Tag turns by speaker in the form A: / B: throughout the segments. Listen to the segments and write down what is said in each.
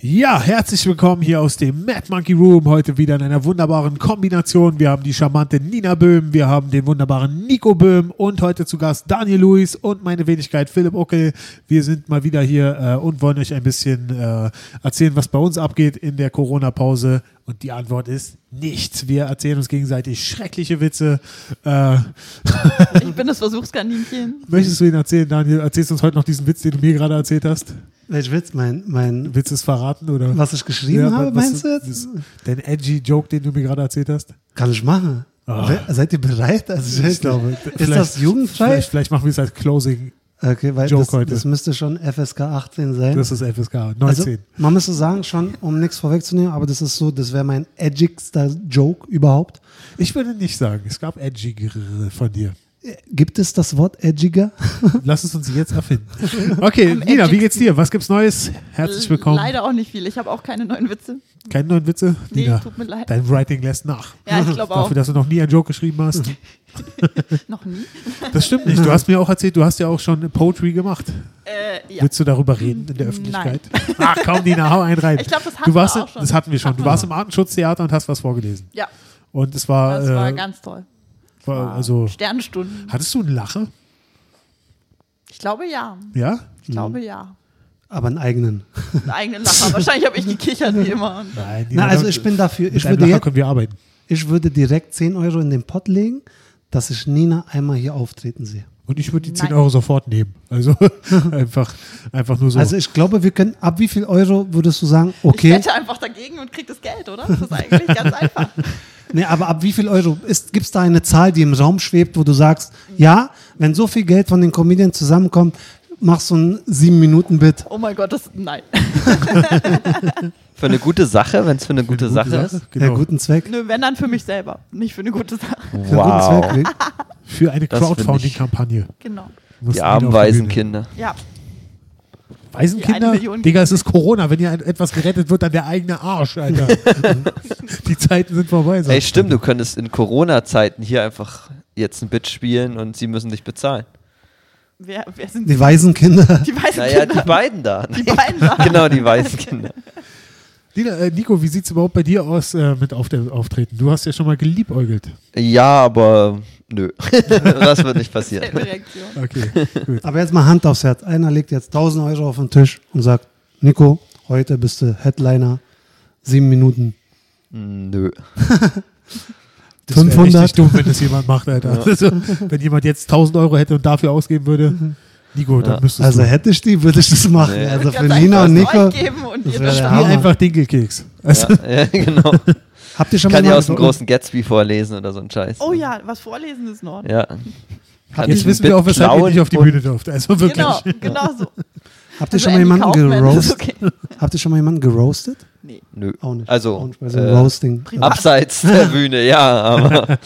A: Ja, herzlich willkommen hier aus dem Mad Monkey Room. Heute wieder in einer wunderbaren Kombination. Wir haben die charmante Nina Böhm, wir haben den wunderbaren Nico Böhm und heute zu Gast Daniel Luis und meine Wenigkeit Philipp Ockel. Wir sind mal wieder hier äh, und wollen euch ein bisschen äh, erzählen, was bei uns abgeht in der Corona-Pause. Und die Antwort ist nichts. Wir erzählen uns gegenseitig schreckliche Witze. Äh,
B: Ich bin das Versuchskaninchen.
A: möchtest du ihn erzählen, Daniel? Erzählst du uns heute noch diesen Witz, den du mir gerade erzählt hast?
C: Welch Witz? Mein, mein,
A: Willst du es verraten oder?
C: was ich
A: wa-
C: geschrieben habe,
A: was
C: meinst du
A: du-
C: jetzt?
A: das- Den edgy Joke, den du mir gerade erzählt hast?
C: Kann ich machen.
A: Ah.
C: We- Seid ihr bereit? Also, ich glaube, ist
A: vielleicht-
C: das jugendfrei?
A: Vielleicht, vielleicht machen wir es als Closing.
C: Okay, weil
A: Joke
C: das,
A: heute.
C: das müsste schon FSK 18 sein.
A: Das ist FSK 19.
C: also, man müsste sagen, schon, um nichts vorwegzunehmen, aber das ist so, das wäre mein edgigster Joke überhaupt.
A: ich würde nicht sagen, es gab edgigere von dir.
C: Gibt es das Wort edgiger?
A: Lass es uns jetzt erfinden. Okay, Nina, wie geht's dir? Was gibt's Neues? Herzlich willkommen.
B: Leider auch nicht viel. Ich habe auch keine neuen Witze.
A: Keine neuen Witze?
B: Nee,
A: Nina,
B: tut mir leid.
A: dein Writing lässt nach.
B: Ja, ich glaube auch.
A: Dafür, dass du noch nie einen Joke geschrieben hast.
B: Noch nie.
A: Das stimmt nicht. Du hast mir auch erzählt, du hast ja auch schon Poetry gemacht.
B: Äh, ja.
A: Willst du darüber reden in der Öffentlichkeit? Ach komm, Nina, hau einen rein.
B: Ich glaub, das hatten
A: du warst,
B: wir auch schon.
A: Das hatten wir schon.
B: Hatten
A: Du
B: wir
A: warst im Artenschutztheater und hast was vorgelesen.
B: ja,
A: Und es war,
B: das war
A: äh,
B: ganz toll.
A: war also
B: Sternstunden.
A: Hattest du einen Lacher?
B: Ich glaube ja.
A: Ja?
C: Mhm.
B: Ich glaube ja.
C: Aber einen eigenen.
B: Einen eigenen Lacher. Wahrscheinlich habe ich gekichert wie immer. Und
A: Nein.
C: Na, also ich bin dafür,
A: mit
C: ich
A: einem
C: würde,
A: Lacher
C: jetzt,
A: können wir arbeiten.
C: ich würde direkt 10 Euro in den Pott legen, dass ich Nina einmal hier auftreten sehe.
A: Und ich würde die 10
B: Nein.
A: Euro sofort nehmen. Also einfach, einfach nur so.
C: Also ich glaube, wir können, ab wie viel Euro würdest du sagen, okay,
B: Ich wette einfach dagegen und krieg das Geld, oder? Das ist eigentlich ganz einfach.
C: Nee, aber ab wie viel Euro? Gibt es da eine Zahl, die im Raum schwebt, wo du sagst, ja, wenn so viel Geld von den Comedian zusammenkommt, machst du ein sieben minuten bit
B: Oh mein Gott, das nein.
D: Für eine gute Sache, wenn es für eine gute, Sache, ist.
A: Genau.
C: Für guten Zweck.
B: Nö, wenn dann für mich selber. Nicht für eine gute Sache.
C: Für
D: Wow.
C: guten Zweck.
A: Für eine
D: Das finde ich-
A: Crowdfunding-Kampagne.
B: Genau.
A: mussten
D: Die
A: wir
D: armen
A: noch gewinnen.
D: weißen Kinder.
B: Ja. Die eine
A: Waisenkinder?
B: Million
A: Digga, es ist Corona. Wenn hier ein- etwas gerettet wird, dann der eigene Arsch, Alter. die Zeiten sind vorbei.
D: Ey,
A: sagt
D: stimmt,
A: man.
D: du könntest in Corona-Zeiten hier einfach jetzt ein Bit spielen und sie müssen dich bezahlen.
B: Wer, wer sind die?
C: Die weisen Kinder.
B: Die weißen
D: Naja, die
B: Kinder.
D: beiden da.
B: Die beiden da.
D: genau, die weißen Kinder.
A: Nina, äh, Nico, wie sieht es überhaupt bei dir aus äh, mit auf der Auftreten? Du hast ja schon mal geliebäugelt.
D: Ja, aber nö. das wird nicht passieren.
B: Reaktion.
C: Also
A: Okay, gut.
C: Aber jetzt mal Hand aufs Herz. Einer legt jetzt 1000 Euro auf den Tisch und sagt, Nico, heute bist du Headliner. Sieben Minuten.
D: Nö.
A: Das wäre
C: 500.
A: richtig dumm, wenn das jemand macht, Alter. Also, wenn jemand jetzt 1000 Euro hätte und dafür ausgeben würde, Nico, dann
D: Ja.
A: müsstest
C: Also
A: du.
C: hätte ich die, würde ich das machen.
D: Nee.
C: Also
B: Ich
C: für
B: würd ganz
C: Nina und
B: einfach
C: Nico.
B: was Geben und
C: Das
B: ihr
C: wäre
B: das
C: der
A: Hier
C: Hammer.
A: einfach Dinkelkeks. Also,
D: Ja, ja, genau.
C: Habt ihr schon
D: Kann
C: mal
D: ja aus dem
C: über-
D: großen Gatsby vorlesen oder so ein Scheiß.
B: Oh ja, was vorlesen ist noch.
D: Ja. Kann ich
A: Jetzt
D: ein
A: wissen
D: Bit
A: wir auch, weshalb ihr
D: klauen
A: nicht auf die
D: und-
A: Bühne dürft. Also wirklich.
B: Genau, genau so. Also
C: Habt
D: Also
C: ihr schon mal jemanden
B: geroastet?
C: geroastet?
B: Okay.
C: Habt ihr schon mal jemanden geroastet?
B: Nee.
D: Nö.
C: Auch nicht. Auch
D: Also,
C: nicht bei so einem
D: äh,
C: Roasting.
B: Privat.
D: abseits der Bühne, ja, aber.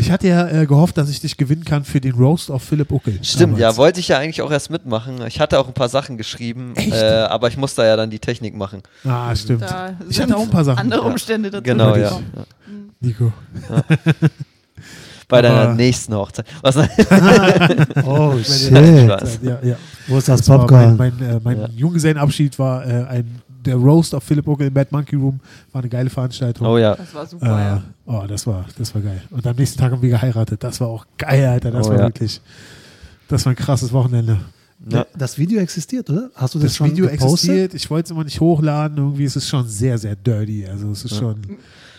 A: Ich hatte ja äh, gehofft, dass ich dich gewinnen kann für den Roast auf Philipp Uckel.
D: Stimmt, ja,
A: damals.
D: wollte ich ja eigentlich auch erst mitmachen. Ich hatte auch ein paar Sachen geschrieben,
A: Echt?
D: äh, aber ich musste ja dann die Technik machen.
A: Ah, stimmt.
B: Da
A: ich
B: sind
A: hatte auch ein paar Sachen.
B: Andere
D: Ja.
B: Umstände dazu.
D: Genau, ja.
B: gekommen.
D: ja.
A: Nico.
D: Bei deiner
A: Aber-
D: nächsten Hochzeit. Was,
C: Oh,
D: Spaß.
C: shit.
A: Ja, ja.
C: Wo ist das,
A: Das war mein
C: Popcorn?
A: mein, äh, mein
D: Ja.
A: Junggesellenabschied war äh, ein, der Roast auf Philipp Uckel im Bad Monkey Room. War eine geile Veranstaltung.
D: oh ja.
B: Das war super,
A: Äh,
B: ja.
A: oh, das war, das war geil. Und am nächsten Tag haben wir geheiratet. Das war auch geil, Alter. Das
D: Oh,
A: war
D: ja.
A: wirklich. Das war ein krasses Wochenende.
D: ja.
C: Das Video existiert, oder? Hast du das,
A: Das,
C: schon
A: Video
C: gepostet?
A: existiert. Ich wollte es immer nicht hochladen. Irgendwie ist es schon sehr, sehr dirty. Also es ist schon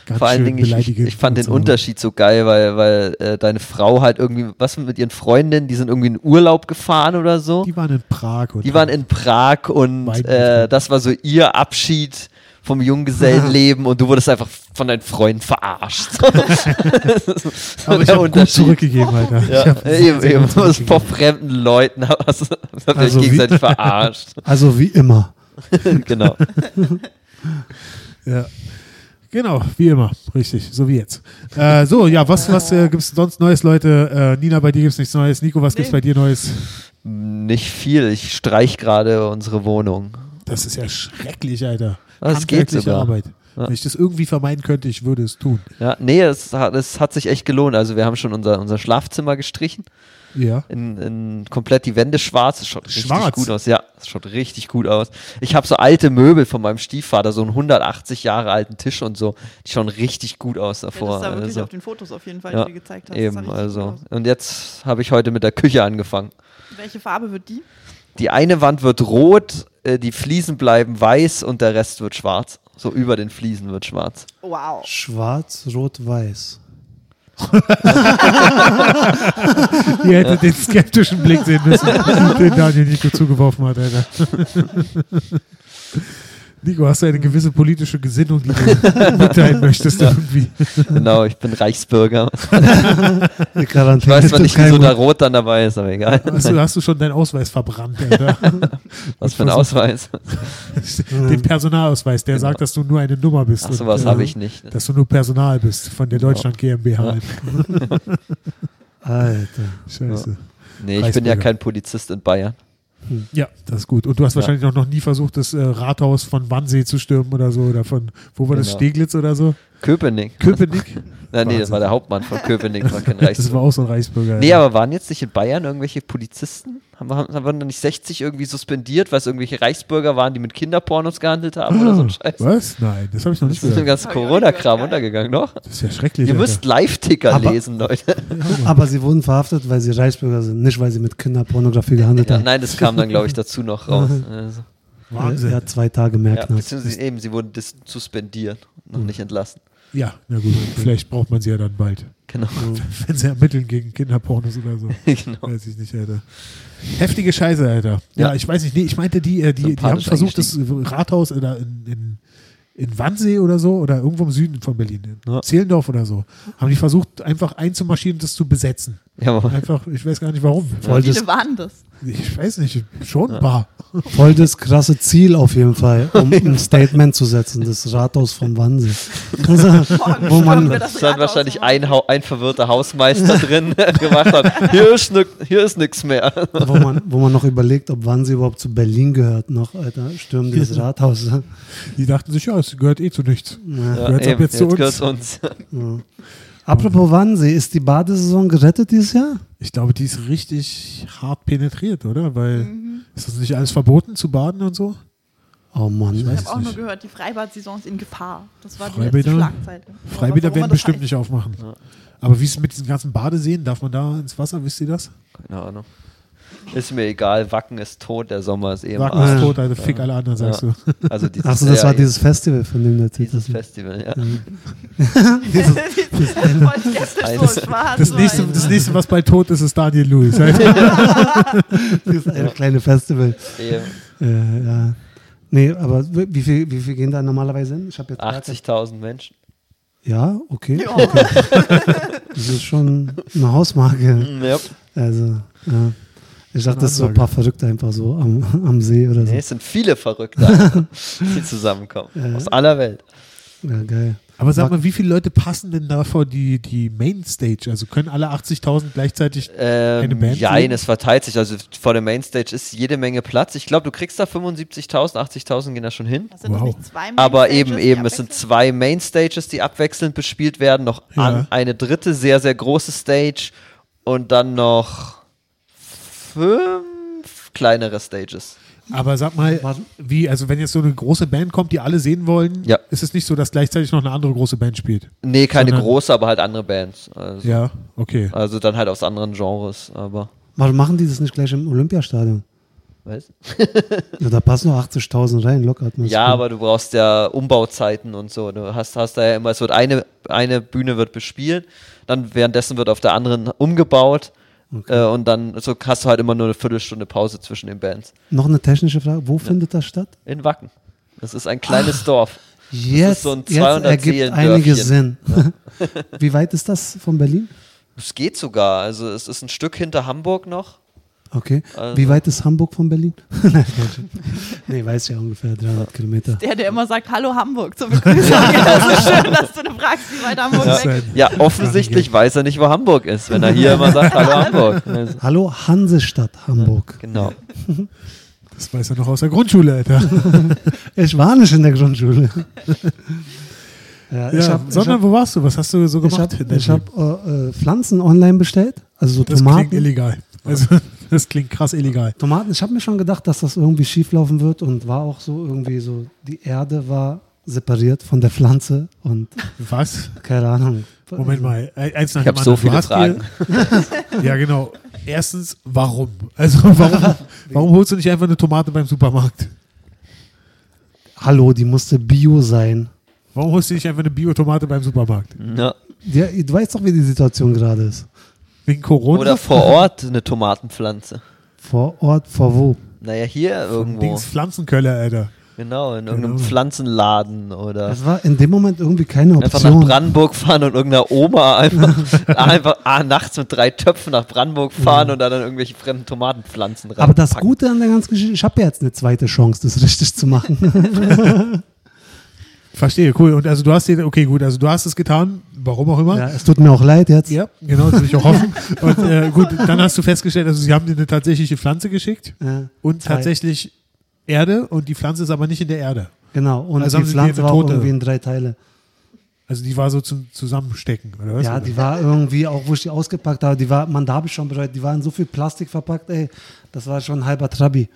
A: ganz
D: Vor allen
A: schön
D: Dingen, ich, ich,
A: beleidigend.
D: ich fand
A: und
D: den
A: so.
D: Unterschied so geil, weil, weil äh, deine Frau halt irgendwie, was mit ihren Freundinnen, die sind irgendwie in Urlaub gefahren oder so.
A: Die waren in Prag. Und
D: Die waren in Prag und
A: Weit
D: äh,
A: entfernt.
D: das war so ihr Abschied vom Junggesellenleben und du wurdest einfach von deinen Freunden verarscht. so
A: Aber ich habe gut zurückgegeben, Alter. Ich Ah,
D: Ja,
A: hab sehr,
D: Äh, eben,
A: sehr
D: eben.
A: gut zurückgegeben.
D: Vor fremden Leuten hast du hast du dich
C: Also wie-
D: gegenseitig verarscht.
C: Also wie immer.
D: genau.
A: Ja. Genau, wie immer. Richtig, so wie jetzt. Äh, so, ja, was, was äh, gibt es sonst Neues, Leute? Äh, Nina, bei dir gibt es nichts Neues. Nico, was gibt's
B: Nee.
A: bei dir Neues?
D: Nicht viel. Ich streich gerade unsere Wohnung.
A: Das ist ja schrecklich, Alter.
D: Das geht
A: Handwerkliche
D: sogar.
A: Arbeit. Wenn ich das irgendwie vermeiden könnte, ich würde es tun.
D: Ja, nee, es hat, es hat sich echt gelohnt. Also wir haben schon unser, unser Schlafzimmer gestrichen.
A: Ja.
D: In, in komplett die Wände schwarz. Es schaut richtig
A: Schwarz?
D: gut aus. Ja, es schaut richtig gut aus. Ich habe so alte Möbel von meinem Stiefvater, so einen 180 Jahre alten Tisch und so. Die schauen richtig gut aus
B: Ja, das
D: davor.
B: ist da wirklich
D: also,
B: auf den Fotos auf jeden Fall,
D: ja,
B: die du gezeigt hast. Das sah
D: eben,
B: richtig
D: also.
B: gut
D: Und jetzt habe ich heute mit der Küche angefangen.
B: aus. Welche Farbe wird die?
D: Die eine Wand wird rot, äh, die Fliesen bleiben weiß und der Rest wird schwarz. So über den Fliesen wird schwarz.
B: Wow.
C: Schwarz, Rot, Weiß.
A: Ihr hättet den skeptischen Blick sehen müssen, den Daniel Nico zugeworfen hat, Alter. Nico, hast du eine gewisse politische Gesinnung, die du mitteilen möchtest irgendwie?
D: Genau, ich bin Reichsbürger.
C: Die Quarantäne
D: Ich weiß zwar
C: tut
D: nicht,
C: keinem
D: wieso da
C: gut.
D: rot dann dabei ist, aber egal.
A: Hast du, hast du schon deinen Ausweis verbrannt, Alter?
D: Was für ein Ausweis.
A: Den Personalausweis, der sagt, dass du nur eine Nummer bist.
D: Genau. Ach,
A: und,
D: sowas
A: äh,
D: habe ich nicht.
A: Dass du nur Personal bist von der Deutschland GmbH.
C: Alter.
A: Scheiße.
D: Nee, ich bin ja
A: Reichsbürger.
D: kein Polizist in Bayern.
A: Ja, das ist gut. Und du hast wahrscheinlich auch noch nie versucht, das äh, Rathaus von Wannsee zu stürmen oder so. Oder von, wo war das,
D: Genau.
A: Steglitz oder so?
D: Köpenick.
A: Köpenick?
D: Nein, nee, das
A: Wahnsinn.
D: war der Hauptmann von Köpenick, war kein
A: Das
D: Reichsbürger.
A: war auch so ein Reichsbürger.
D: Nee,
A: ja.
D: aber waren jetzt nicht in Bayern irgendwelche Polizisten? Haben, haben, haben da nicht 60 irgendwie suspendiert, weil es irgendwelche Reichsbürger waren, die mit Kinderpornos gehandelt haben oder so ein Scheiß?
A: Ah, Was? Nein, das habe ich noch nicht
D: Das ist ein
A: gehört.
D: ganz
B: Hab ich auch nicht
D: Corona-Kram
B: gehört,
D: untergegangen, doch?
A: Das ist ja schrecklich.
D: Ihr
A: Alter.
D: müsst Live-Ticker
C: Aber-
D: lesen, Leute.
C: Aber sie wurden verhaftet, weil sie Reichsbürger sind, also nicht weil sie mit Kinderpornografie gehandelt
D: Ja,
C: haben.
D: nein, das kam dann, glaube ich, dazu noch raus. Also,
A: Wahnsinn.
C: Er
A: Ja. genau.
C: hat zwei Tage mehr
D: ja,
C: Knast.
D: beziehungsweise eben, sie wurden dis- suspendiert,
A: Mhm.
D: noch nicht entlassen.
A: na gut. Vielleicht braucht man sie ja dann bald.
D: Genau.
A: Wenn sie ermitteln gegen Kinderpornos oder so.
D: genau.
A: Weiß ich nicht, Alter. Heftige Scheiße, Alter. Ja,
D: Ja.
A: ich weiß nicht. Nee, ich meinte, die, äh, die, die haben
D: Sympathisch
A: versucht, das Rathaus in, in, in, in Wannsee oder so oder irgendwo im Süden von Berlin, in
D: Ja.
A: Zehlendorf oder so, haben die versucht, einfach einzumarschieren und das zu besetzen.
D: Ja, aber
A: Einfach, ich weiß gar nicht warum.
C: Voll
B: Wie
C: das,
B: viele waren das?
A: Ich weiß nicht, schon ein paar.
C: voll das krasse Ziel auf jeden Fall, um ein Statement zu setzen, das Rathaus vom Wannsee. Also,
B: Morgen
C: Wo man-
B: schauen wir das
D: es hat
B: Rad
D: wahrscheinlich
B: ausmachen.
D: ein, Hau- ein verwirrter Hausmeister drin gemacht hat. Hier ist, nix- hier ist nichts mehr.
C: wo, man, wo man noch überlegt, ob Wannsee überhaupt zu Berlin gehört noch, Alter. Stürmen dieses Rathaus. Ja.
A: Die dachten sich, ja, es gehört eh zu nichts.
D: Ja,
A: Gehört's ab
D: eben,
A: jetzt zu uns?
D: gehört's uns.
C: Apropos Wannsee, ist die Badesaison gerettet dieses Jahr?
A: Ich glaube, die ist richtig hart penetriert, oder? Weil ist das nicht alles verboten zu baden und so?
C: Oh Mann.
A: Ich weiß
B: Ich habe auch
A: nicht.
B: nur gehört, die Freibad-Saison ist in Gefahr. Das war die letzte
A: Freibäder?
B: Schlagzeile. Aber
A: Freibäder werden
B: warum man das halt-
A: bestimmt
B: heißt?
A: nicht aufmachen. Aber wie ist es mit diesen ganzen Badeseen? Darf man da ins Wasser? Wisst ihr das?
D: Keine Ahnung. Ist mir egal, Wacken ist tot, der Sommer ist eh im
A: Wacken
D: Arsch.
A: ist tot, Alter. Fick alle anderen, sagst
D: Ja.
A: du.
D: Also dieses,
C: Achso, das
D: ja,
C: war dieses Festival, von dem der Titel
D: dieses
C: ist.
D: Festival, ja.
A: Mhm.
B: Voll skeptisch,
D: Eines-
B: so schwarz.
A: Das
B: so
A: nächste,
B: ein-
A: das nächste, was bald tot ist, ist Daniel Lewis. Alter.
C: Dieses eine kleine Festival.
D: Eben.
C: Äh, ja. Nee, aber wie viel, wie viel gehen da normalerweise hin? Ich habe jetzt. gar keine-
D: 80.000 Menschen.
C: Ja, okay.
B: Ja.
C: Das ist schon eine Hausmarke.
D: Ja.
C: Also, ja. Ich dachte, das ist so ein
A: Ansage.
C: paar Verrückte einfach so am, am See oder so.
D: Nee, es sind viele Verrückte, die zusammenkommen. Aus aller Welt.
C: Ja, geil.
A: Aber sag mal, wie viele Leute passen denn da vor die, die Mainstage? Also können alle 80.000 gleichzeitig eine
D: Ähm,
A: Band?
D: jein,
A: sehen?
D: es verteilt sich. Also vor der Mainstage ist jede Menge Platz. Ich glaube, du kriegst da 75.000, 80.000 gehen da schon hin.
B: Das sind doch
A: Wow.
B: nicht zwei
D: Aber
B: Mainstages,
D: eben,
B: die
D: eben, es sind
B: abwechseln?
D: zwei Mainstages, die abwechselnd bespielt werden, noch
A: Ja.
D: an, eine dritte sehr, sehr große Stage und dann noch fünf kleinere Stages.
A: Aber sag mal, wie, also wenn jetzt so eine große Band kommt, die alle sehen wollen,
D: Ja.
A: ist es nicht so, dass gleichzeitig noch eine andere große Band spielt?
D: Nee, keine
A: Sondern-
D: große, aber halt andere Bands. Also,
A: Ja, okay.
D: also dann halt aus anderen Genres, aber.
C: Warum machen die das nicht gleich im Olympiastadion?
D: Weißt?
C: Ja, da passen nur 80.000 rein, locker. hat man das
D: Ja,
C: Gefühl.
D: aber du brauchst ja Umbauzeiten und so. Du hast, hast da ja immer, es wird eine, eine Bühne wird bespielt, dann währenddessen wird auf der anderen umgebaut äh, und dann so hast du halt immer nur eine Viertelstunde Pause zwischen den Bands.
C: Noch eine technische Frage. Wo findet das statt?
D: In Wacken. Das ist ein kleines Dorf.
C: Jetzt,
D: so ein
C: jetzt ergibt
D: 200
C: einiges Sinn. Wie weit ist das von Berlin?
D: Es geht sogar. Also es ist ein Stück hinter Hamburg noch.
C: Okay.
D: Also-
C: Wie weit ist Hamburg von Berlin? Nein, nee, weiß ja ungefähr 300 Kilometer.
B: Der, der immer sagt, hallo Hamburg zur Begrüßung. Das ist schön, dass du eine fragst, wie weit Hamburg
A: Das äh, ist
B: weg
A: ein-
B: ist.
D: Ja, offensichtlich weiß er nicht, wo Hamburg ist, wenn er hier immer sagt, hallo Hamburg. Also,
C: Hallo Hansestadt Hamburg.
D: genau.
A: Das weiß er noch aus der Grundschule, Alter.
D: genau.
C: Ich war nicht in der Grundschule.
A: Ja,
C: Ja, ich habe
A: sondern wo warst du? Was hast du so
C: ich
A: gemacht?
C: hab,
A: in deinem
C: ich hab, äh, äh, Pflanzen online bestellt, also so
A: Das klingt
C: Tomaten.
A: illegal. Also, das klingt krass illegal.
C: Tomaten, ich habe mir schon gedacht, dass das irgendwie schieflaufen wird und war auch so irgendwie so, die Erde war separiert von der Pflanze und
A: Was?
C: keine Ahnung.
A: Moment mal, e- eins nach
D: Ich hab
A: dem
D: so
A: anderen.
D: viele
A: Du hast Dir, ja, genau. Erstens, warum? Also, warum, warum holst du nicht einfach eine Tomate beim Supermarkt?
C: Hallo, die musste Bio sein.
A: Warum holst du nicht einfach eine Bio-Tomate beim Supermarkt?
D: Ja.
C: Ja, du weißt doch, wie die Situation gerade ist.
A: Wegen Corona?
D: Oder vor Ort eine Tomatenpflanze.
C: Vor Ort, vor wo?
D: Naja, hier irgendwo.
A: Dings Pflanzenköller, Alter.
D: Genau, in irgendeinem
A: Genau.
D: Pflanzenladen oder
C: Das war in dem Moment irgendwie keine
D: einfach nach
C: Option.
D: Brandenburg fahren und irgendeiner Oma einfach, einfach ah, nachts mit drei Töpfen nach Brandenburg fahren und da dann irgendwelche fremden Tomatenpflanzen rein.
C: Aber das Gute an der ganzen Geschichte, ich habe ja jetzt eine zweite Chance, das richtig zu machen.
A: Verstehe, cool. Und also du hast dir, okay, gut, also du hast es getan, warum auch immer.
C: ja, es tut mir auch leid jetzt.
A: Ja, genau, das will ich auch hoffen. Und äh, gut, dann hast du festgestellt, also sie haben dir eine tatsächliche Pflanze geschickt
C: Ja,
A: und
C: Zwei.
A: tatsächlich Erde und die Pflanze ist aber nicht in der Erde.
C: Genau, und
A: Also haben
C: die
A: sie dir eine
C: Pflanze war auch
A: tote-
C: irgendwie in drei Teile.
A: Also die war so zum Zusammenstecken, oder was?
C: Ja, die war irgendwie, auch wo ich die ausgepackt habe, die war, man, da habe ich schon bereut, die war in so viel Plastik verpackt, ey, das war schon ein halber Trabi.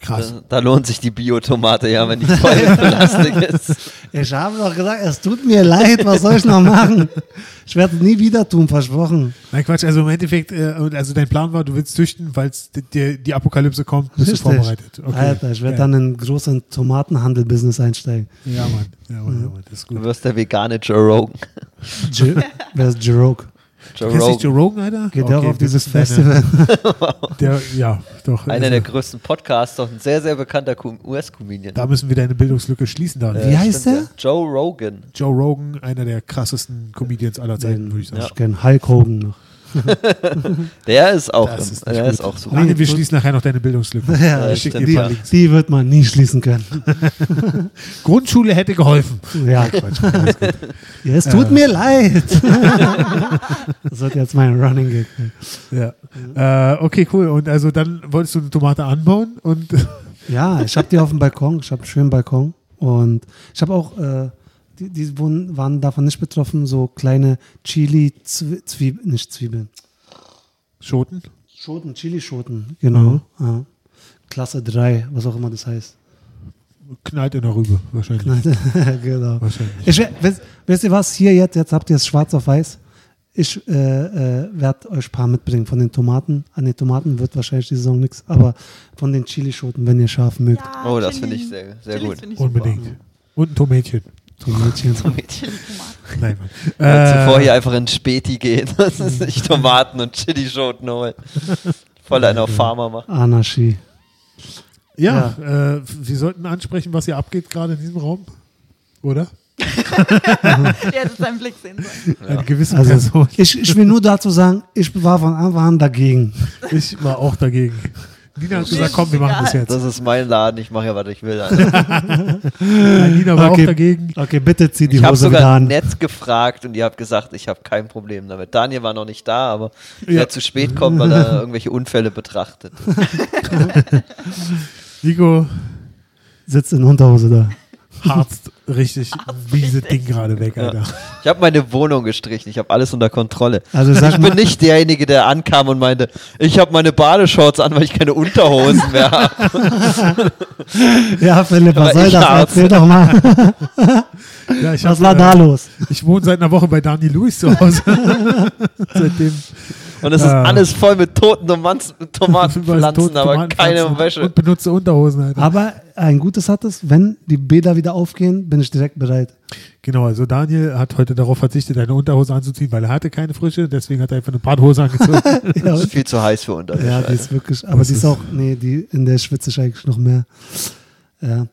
A: Krass.
C: äh,
D: da, da lohnt sich die Biotomate ja, wenn die voll mit Plastik ist.
C: Ich habe doch gesagt, es tut mir leid, was soll ich noch machen? Ich werde es nie wieder tun, versprochen.
A: Nein, Quatsch, also im Endeffekt, äh, und also dein Plan war, du willst züchten, weil die, die Apokalypse kommt, bist du vorbereitet. Okay.
C: Alter, ich werde
A: ja.
C: dann in großen Tomatenhandel-Business einsteigen.
A: Ja, Mann. Ja, Mann, ja, Mann, das ist
D: Du
A: gut.
D: wirst der vegane Joe Rogan.
C: J- Wer ist Jeroke?
D: Joe
A: Kennst du nicht Joe
D: Rogan.
A: Rogan, Alter?
C: Geht
A: Okay,
C: der auch auf
A: das
C: dieses
A: ist deine-
C: Festival?
A: Der, ja, doch.
D: Einer
A: also,
D: der größten Podcasts, doch ein sehr, sehr bekannter Ko- US-Comedian.
A: da müssen wir deine Bildungslücke schließen, dann.
D: Äh,
C: Wie heißt
D: stimmt
C: der?
D: ja. Joe Rogan.
A: Joe Rogan, einer der krassesten Comedians aller Zeiten, würde ich sagen.
C: Ich kenne Hulk Hogan noch.
D: Der ist auch,
A: Das
D: im-
A: ist nicht
D: der
A: gut.
D: ist auch super.
A: Nein, wir
C: gut.
A: schließen nachher noch deine Bildungslücke.
C: Ja,
A: ich schicke
D: stimmt,
A: dir ein paar
D: ja.
A: Links.
C: Die wird man nie schließen können.
A: Grundschule hätte geholfen.
C: Ja,
A: Quatsch, alles gut.
C: ja es tut mir leid. das wird jetzt mein Running Gag.
A: ja. äh, okay, cool. Und also dann wolltest du eine Tomate anbauen und
C: Ja, ich habe die auf dem Balkon. Ich habe einen schönen Balkon. Und ich habe auch, äh, die, die wurden, waren davon nicht betroffen, so kleine Chili, Zwi Zwiebeln, nicht Zwiebeln.
A: Schoten?
C: Schoten, Chili-Schoten, genau.
A: Mhm.
C: Ja. Klasse 3, was auch immer das heißt.
A: Knallt in der Rübe, wahrscheinlich.
C: genau.
A: Wahrscheinlich.
C: Ich, wär- wisst, wisst ihr was? Hier jetzt, jetzt habt ihr es schwarz auf weiß. Ich äh, äh, werde euch ein paar mitbringen von den Tomaten. An den Tomaten wird wahrscheinlich die Saison nichts, aber von den Chilischoten, wenn ihr scharf mögt.
B: Ja,
D: Oh, das
B: Chili-
D: finde ich sehr- sehr
B: Chilis
D: gut.
B: finde ich super.
A: Unbedingt. Und ein Tomätchen.
C: Tomätchen.
B: Chili-Tomaten.
A: Nein, Mann.
D: Äh,
A: Äh,
D: zuvor hier einfach in Späti geht und sich Tomaten und Chilischoten holen. Voll einen auf Farmer machen.
C: Anarchie.
A: ja, Äh, wir sollten ansprechen, was hier abgeht gerade in diesem Raum. Oder?
B: Der hätte seinen Blick sehen sollen.
A: Eine gewisse
C: Also
A: Person.
C: ich, ich will nur dazu sagen, ich war von Anfang an dagegen.
A: Ich war auch dagegen. Nina hat gesagt, komm, wir machen das jetzt.
D: Das ist mein Laden, ich mache ja, was ich will. Also, Alter.
A: Nein, Nina war
C: Okay.
A: auch dagegen.
C: Okay, bitte zieh die
D: Ich habe
C: Hose wieder
D: sogar
C: an.
D: nett gefragt und ihr habt gesagt, ich habe kein Problem damit. Daniel war noch nicht da, aber
A: Ja.
D: wer zu spät kommt, weil er irgendwelche Unfälle betrachtet.
A: Nico
C: Sitzt in Unterhose da.
A: harzt richtig miese Ding gerade weg, Alter.
D: Ich habe meine Wohnung gestrichen, ich habe alles unter Kontrolle.
C: Also sag
D: Ich bin
C: mal,
D: nicht derjenige, der ankam und meinte, ich habe meine Badeshorts an, weil ich keine Unterhosen mehr habe.
C: ja Philipp, was
D: Aber
C: soll
D: ich
C: das?
D: scharf.
C: Erzähl doch mal,
A: Ja, ich
C: was
A: hab,
C: war da
A: äh,
C: los?
A: Ich wohne seit einer Woche bei Dani Lewis zu Hause. Seitdem
D: Und es ist
A: Ja.
D: alles voll mit toten Tomanz-
A: überall
D: Tomatenpflanzen,
A: tot-
D: aber
A: Tomatenpflanzen
D: keine Wäsche.
A: Und benutze Unterhosen, Alter.
C: Aber ein gutes hat es, wenn die Bäder wieder aufgehen, bin ich direkt bereit.
A: Genau, also Daniel hat heute darauf verzichtet, eine Unterhose anzuziehen, weil er hatte keine frische, deswegen hat er einfach eine Badhose angezogen.
C: Ja,
D: Das ist viel zu heiß für Unterwäsche.
C: ja die
D: Alter.
C: ist wirklich, aber die ist auch, nee, die, in der schwitze ich eigentlich noch mehr. Ja.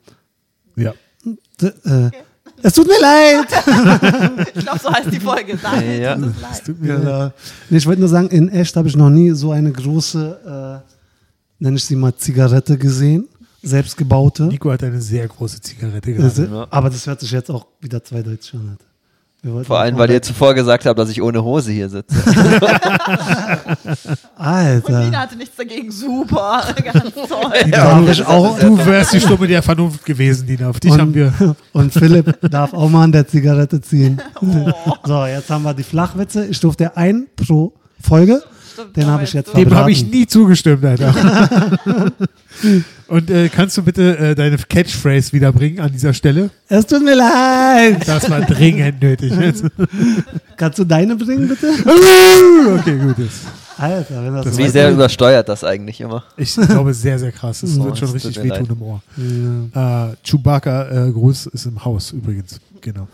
A: ja.
C: D äh, es tut mir leid!
B: Ich glaube, so heißt die Folge. Daniel,
D: Ja.
B: tut es leid.
A: Tut mir leid.
C: Genau. Nee, ich wollte nur sagen, in echt habe ich noch nie so eine große, äh, nenne ich sie mal Zigarette gesehen, selbstgebaute.
A: Nico hat eine sehr große Zigarette
C: Das-
A: gerade.
C: Aber das hört sich jetzt auch wieder zweideutig an. Halt. Wir wollten
D: Vor allem,
C: noch
D: weil
C: mal-
D: ihr zuvor gesagt habt, dass ich ohne Hose hier sitze.
B: Und Nina
C: Alter.
B: hatte nichts dagegen. Super, ganz toll.
C: Darf ich auch,
A: Du wärst die Stimme der Vernunft gewesen, Dina. Auf dich haben wir.
C: und Philipp darf auch mal an der Zigarette ziehen.
B: Oh.
C: So, jetzt haben wir die Flachwitze. Ich durfte ein pro Folge.
B: Stimmt,
C: Den
B: da
C: habe ich
B: weißt
C: jetzt
B: du.
A: Dem habe
C: verbraten.
A: ich nie zugestimmt, Alter. Und äh, kannst du bitte äh, deine Catchphrase wiederbringen an dieser Stelle?
C: Es tut mir leid.
A: Das war dringend nötig.
C: Kannst du deine bringen, bitte?
A: okay, gut. Jetzt.
C: Alter, wenn das,
A: Das
C: so
D: Wie
C: weit
D: sehr
C: geht.
D: übersteuert das eigentlich immer.
A: Ich glaube, sehr, sehr krass. Es
D: Oh,
A: wird schon
D: es tut
A: richtig
D: mir
A: wehtun
D: leid.
A: im Ohr. Äh, Chewbacca äh, Gruß ist im Haus übrigens. Genau.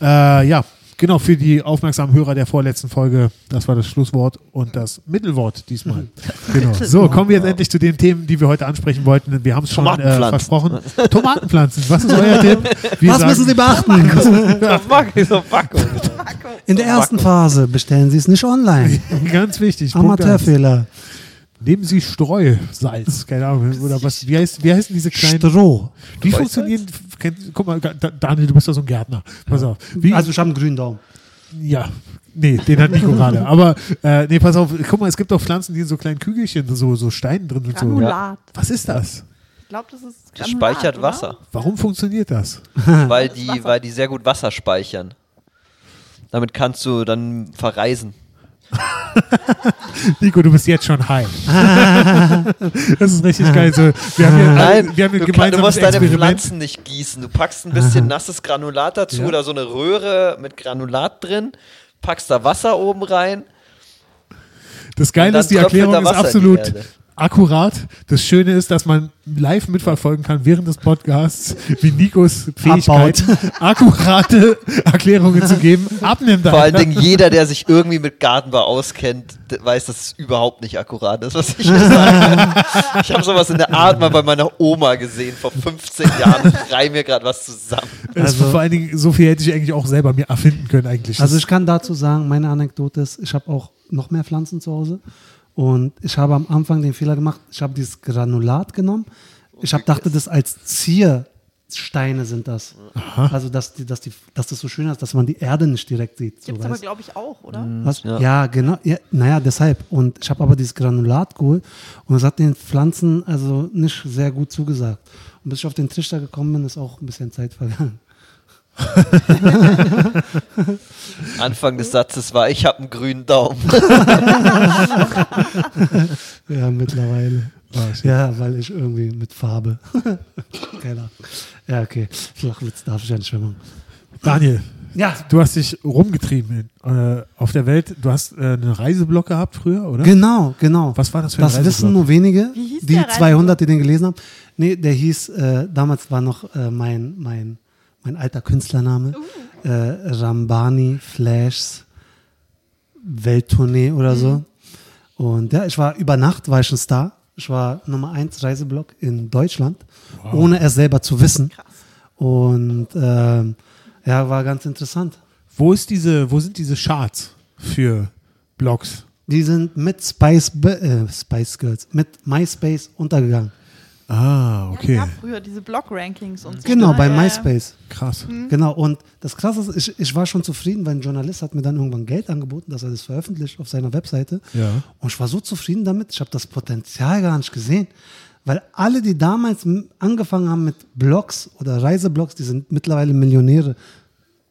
A: Äh, ja, genau, für die aufmerksamen Hörer der vorletzten Folge, das war das Schlusswort und das Mittelwort diesmal. Genau. So, kommen wir jetzt endlich zu den Themen, die wir heute ansprechen wollten. Wir haben es schon äh,
D: Tomatenpflanzen.
A: versprochen. Tomatenpflanzen, was ist euer Tipp? Wir
C: Was
A: sagen-
C: müssen Sie beachten?
B: Marco.
C: In der ersten Phase bestellen Sie es nicht online.
A: Ganz wichtig. Punkt eins.
C: Amateurfehler.
A: Nehmen Sie Streusalz, keine Ahnung, oder was, wie, heißt, wie heißen diese kleinen,
C: Stroh.
A: wie funktionieren, kennt, guck mal, Da- Daniel, du bist doch so ein Gärtner, pass auf. Wie,
C: Also ich habe einen grünen Daumen.
A: Ja, nee, den hat Nico gerade. Aber äh, nee, pass auf, guck mal, es gibt auch Pflanzen, die in so kleinen Kügelchen, so, so Steinen drin sind. So.
B: Granulat.
A: Was ist das?
B: Ich glaube, das ist
D: Das
B: Granulat,
D: speichert
B: oder?
D: Wasser,
A: Warum funktioniert das?
D: weil die, weil die sehr gut Wasser speichern. Damit kannst du dann verreisen.
A: Nico, du bist jetzt schon high. das ist richtig geil. So, wir haben hier, wir haben hier
D: du, kann, du
A: gemeinsames
D: musst deine
A: Experiment.
D: Pflanzen nicht gießen. Du packst ein bisschen nasses Granulat dazu
A: Ja.
D: oder so eine Röhre mit Granulat drin, packst da Wasser oben rein.
A: Das Geile
D: dann
A: ist, die
D: tröpfelt
A: Erklärung
D: da
A: ist
D: Wasser in die
A: absolut
D: Erde.
A: akkurat. Das Schöne ist, dass man live mitverfolgen kann während des Podcasts, wie Nikos Fähigkeit, akkurate Erklärungen zu geben, abnimmt.
D: Vor allen Dingen jeder, der sich irgendwie mit Gartenbau auskennt, d- weiß, dass es überhaupt nicht akkurat ist, was ich hier sage. ich habe sowas in der Art mal bei meiner Oma gesehen vor 15 Jahren. Ich reih mir gerade was zusammen.
A: Also,
C: Also-
A: vor allen Dingen, so viel hätte ich eigentlich auch selber mir erfinden können eigentlich.
C: Also ich kann dazu sagen, meine Anekdote ist, ich habe auch noch mehr Pflanzen zu Hause und ich habe am Anfang den Fehler gemacht, ich habe dieses Granulat genommen. Ich habe dachte, das als Ziersteine sind das. Also dass, die, dass, die, dass das so schön ist, dass man die Erde nicht direkt sieht. So, Mm.
B: Gibt es aber,
C: weißt?
B: glaube ich, auch, oder?
C: Was? Ja.
D: Ja.
C: genau. Ja, naja, deshalb. Und ich habe aber dieses Granulat geholt und es hat den Pflanzen also nicht sehr gut zugesagt. Und bis ich auf den Trichter gekommen bin, ist auch ein bisschen Zeit vergangen.
D: Anfang des Satzes war, ich habe einen grünen Daumen.
C: Ja, mittlerweile.
A: Ah,
C: Ja, weil ich irgendwie mit Farbe. Keine Ahnung. Ja, okay. Flachwitz darf ich ja nicht mehr machen.
A: Daniel,
C: Ja,
A: du hast dich rumgetrieben äh, auf der Welt. Du hast äh, eine Reiseblock gehabt früher, oder?
C: genau, genau.
A: Ne? Was war das für ein
C: Das wissen
A: Reiseblog?
C: nur wenige,
B: Wie hieß
C: die
B: der
C: 200, die den gelesen haben. Nee, der hieß, äh, damals war noch äh, mein, mein, mein alter Künstlername,
B: Uh.
C: äh, Rambani Flashs Welttournee oder so.
B: Mhm.
C: Und ja, ich war über Nacht, war ich ein Star. Ich war Nummer 1 Reiseblog in Deutschland, ohne es selber zu wissen. Und ähm, ja, war ganz interessant.
A: Wo, ist diese, wo sind diese Charts für Blogs?
C: Die sind mit Spice, Be- äh, Spice Girls, mit MySpace untergegangen.
A: Ah, okay.
B: Ja, es gab früher diese Blog-Rankings und so.
C: Genau,
B: ne?
C: bei
B: Ja, ja.
C: MySpace.
A: Krass.
B: Mhm.
C: Genau, und das Krasse ist, ich, ich war schon zufrieden, weil ein Journalist hat mir dann irgendwann Geld angeboten, dass er das veröffentlicht auf seiner Webseite.
A: Ja.
C: Und ich war so zufrieden damit, ich habe das Potenzial gar nicht gesehen. Weil alle, die damals m- angefangen haben mit Blogs oder Reiseblogs, die sind mittlerweile Millionäre.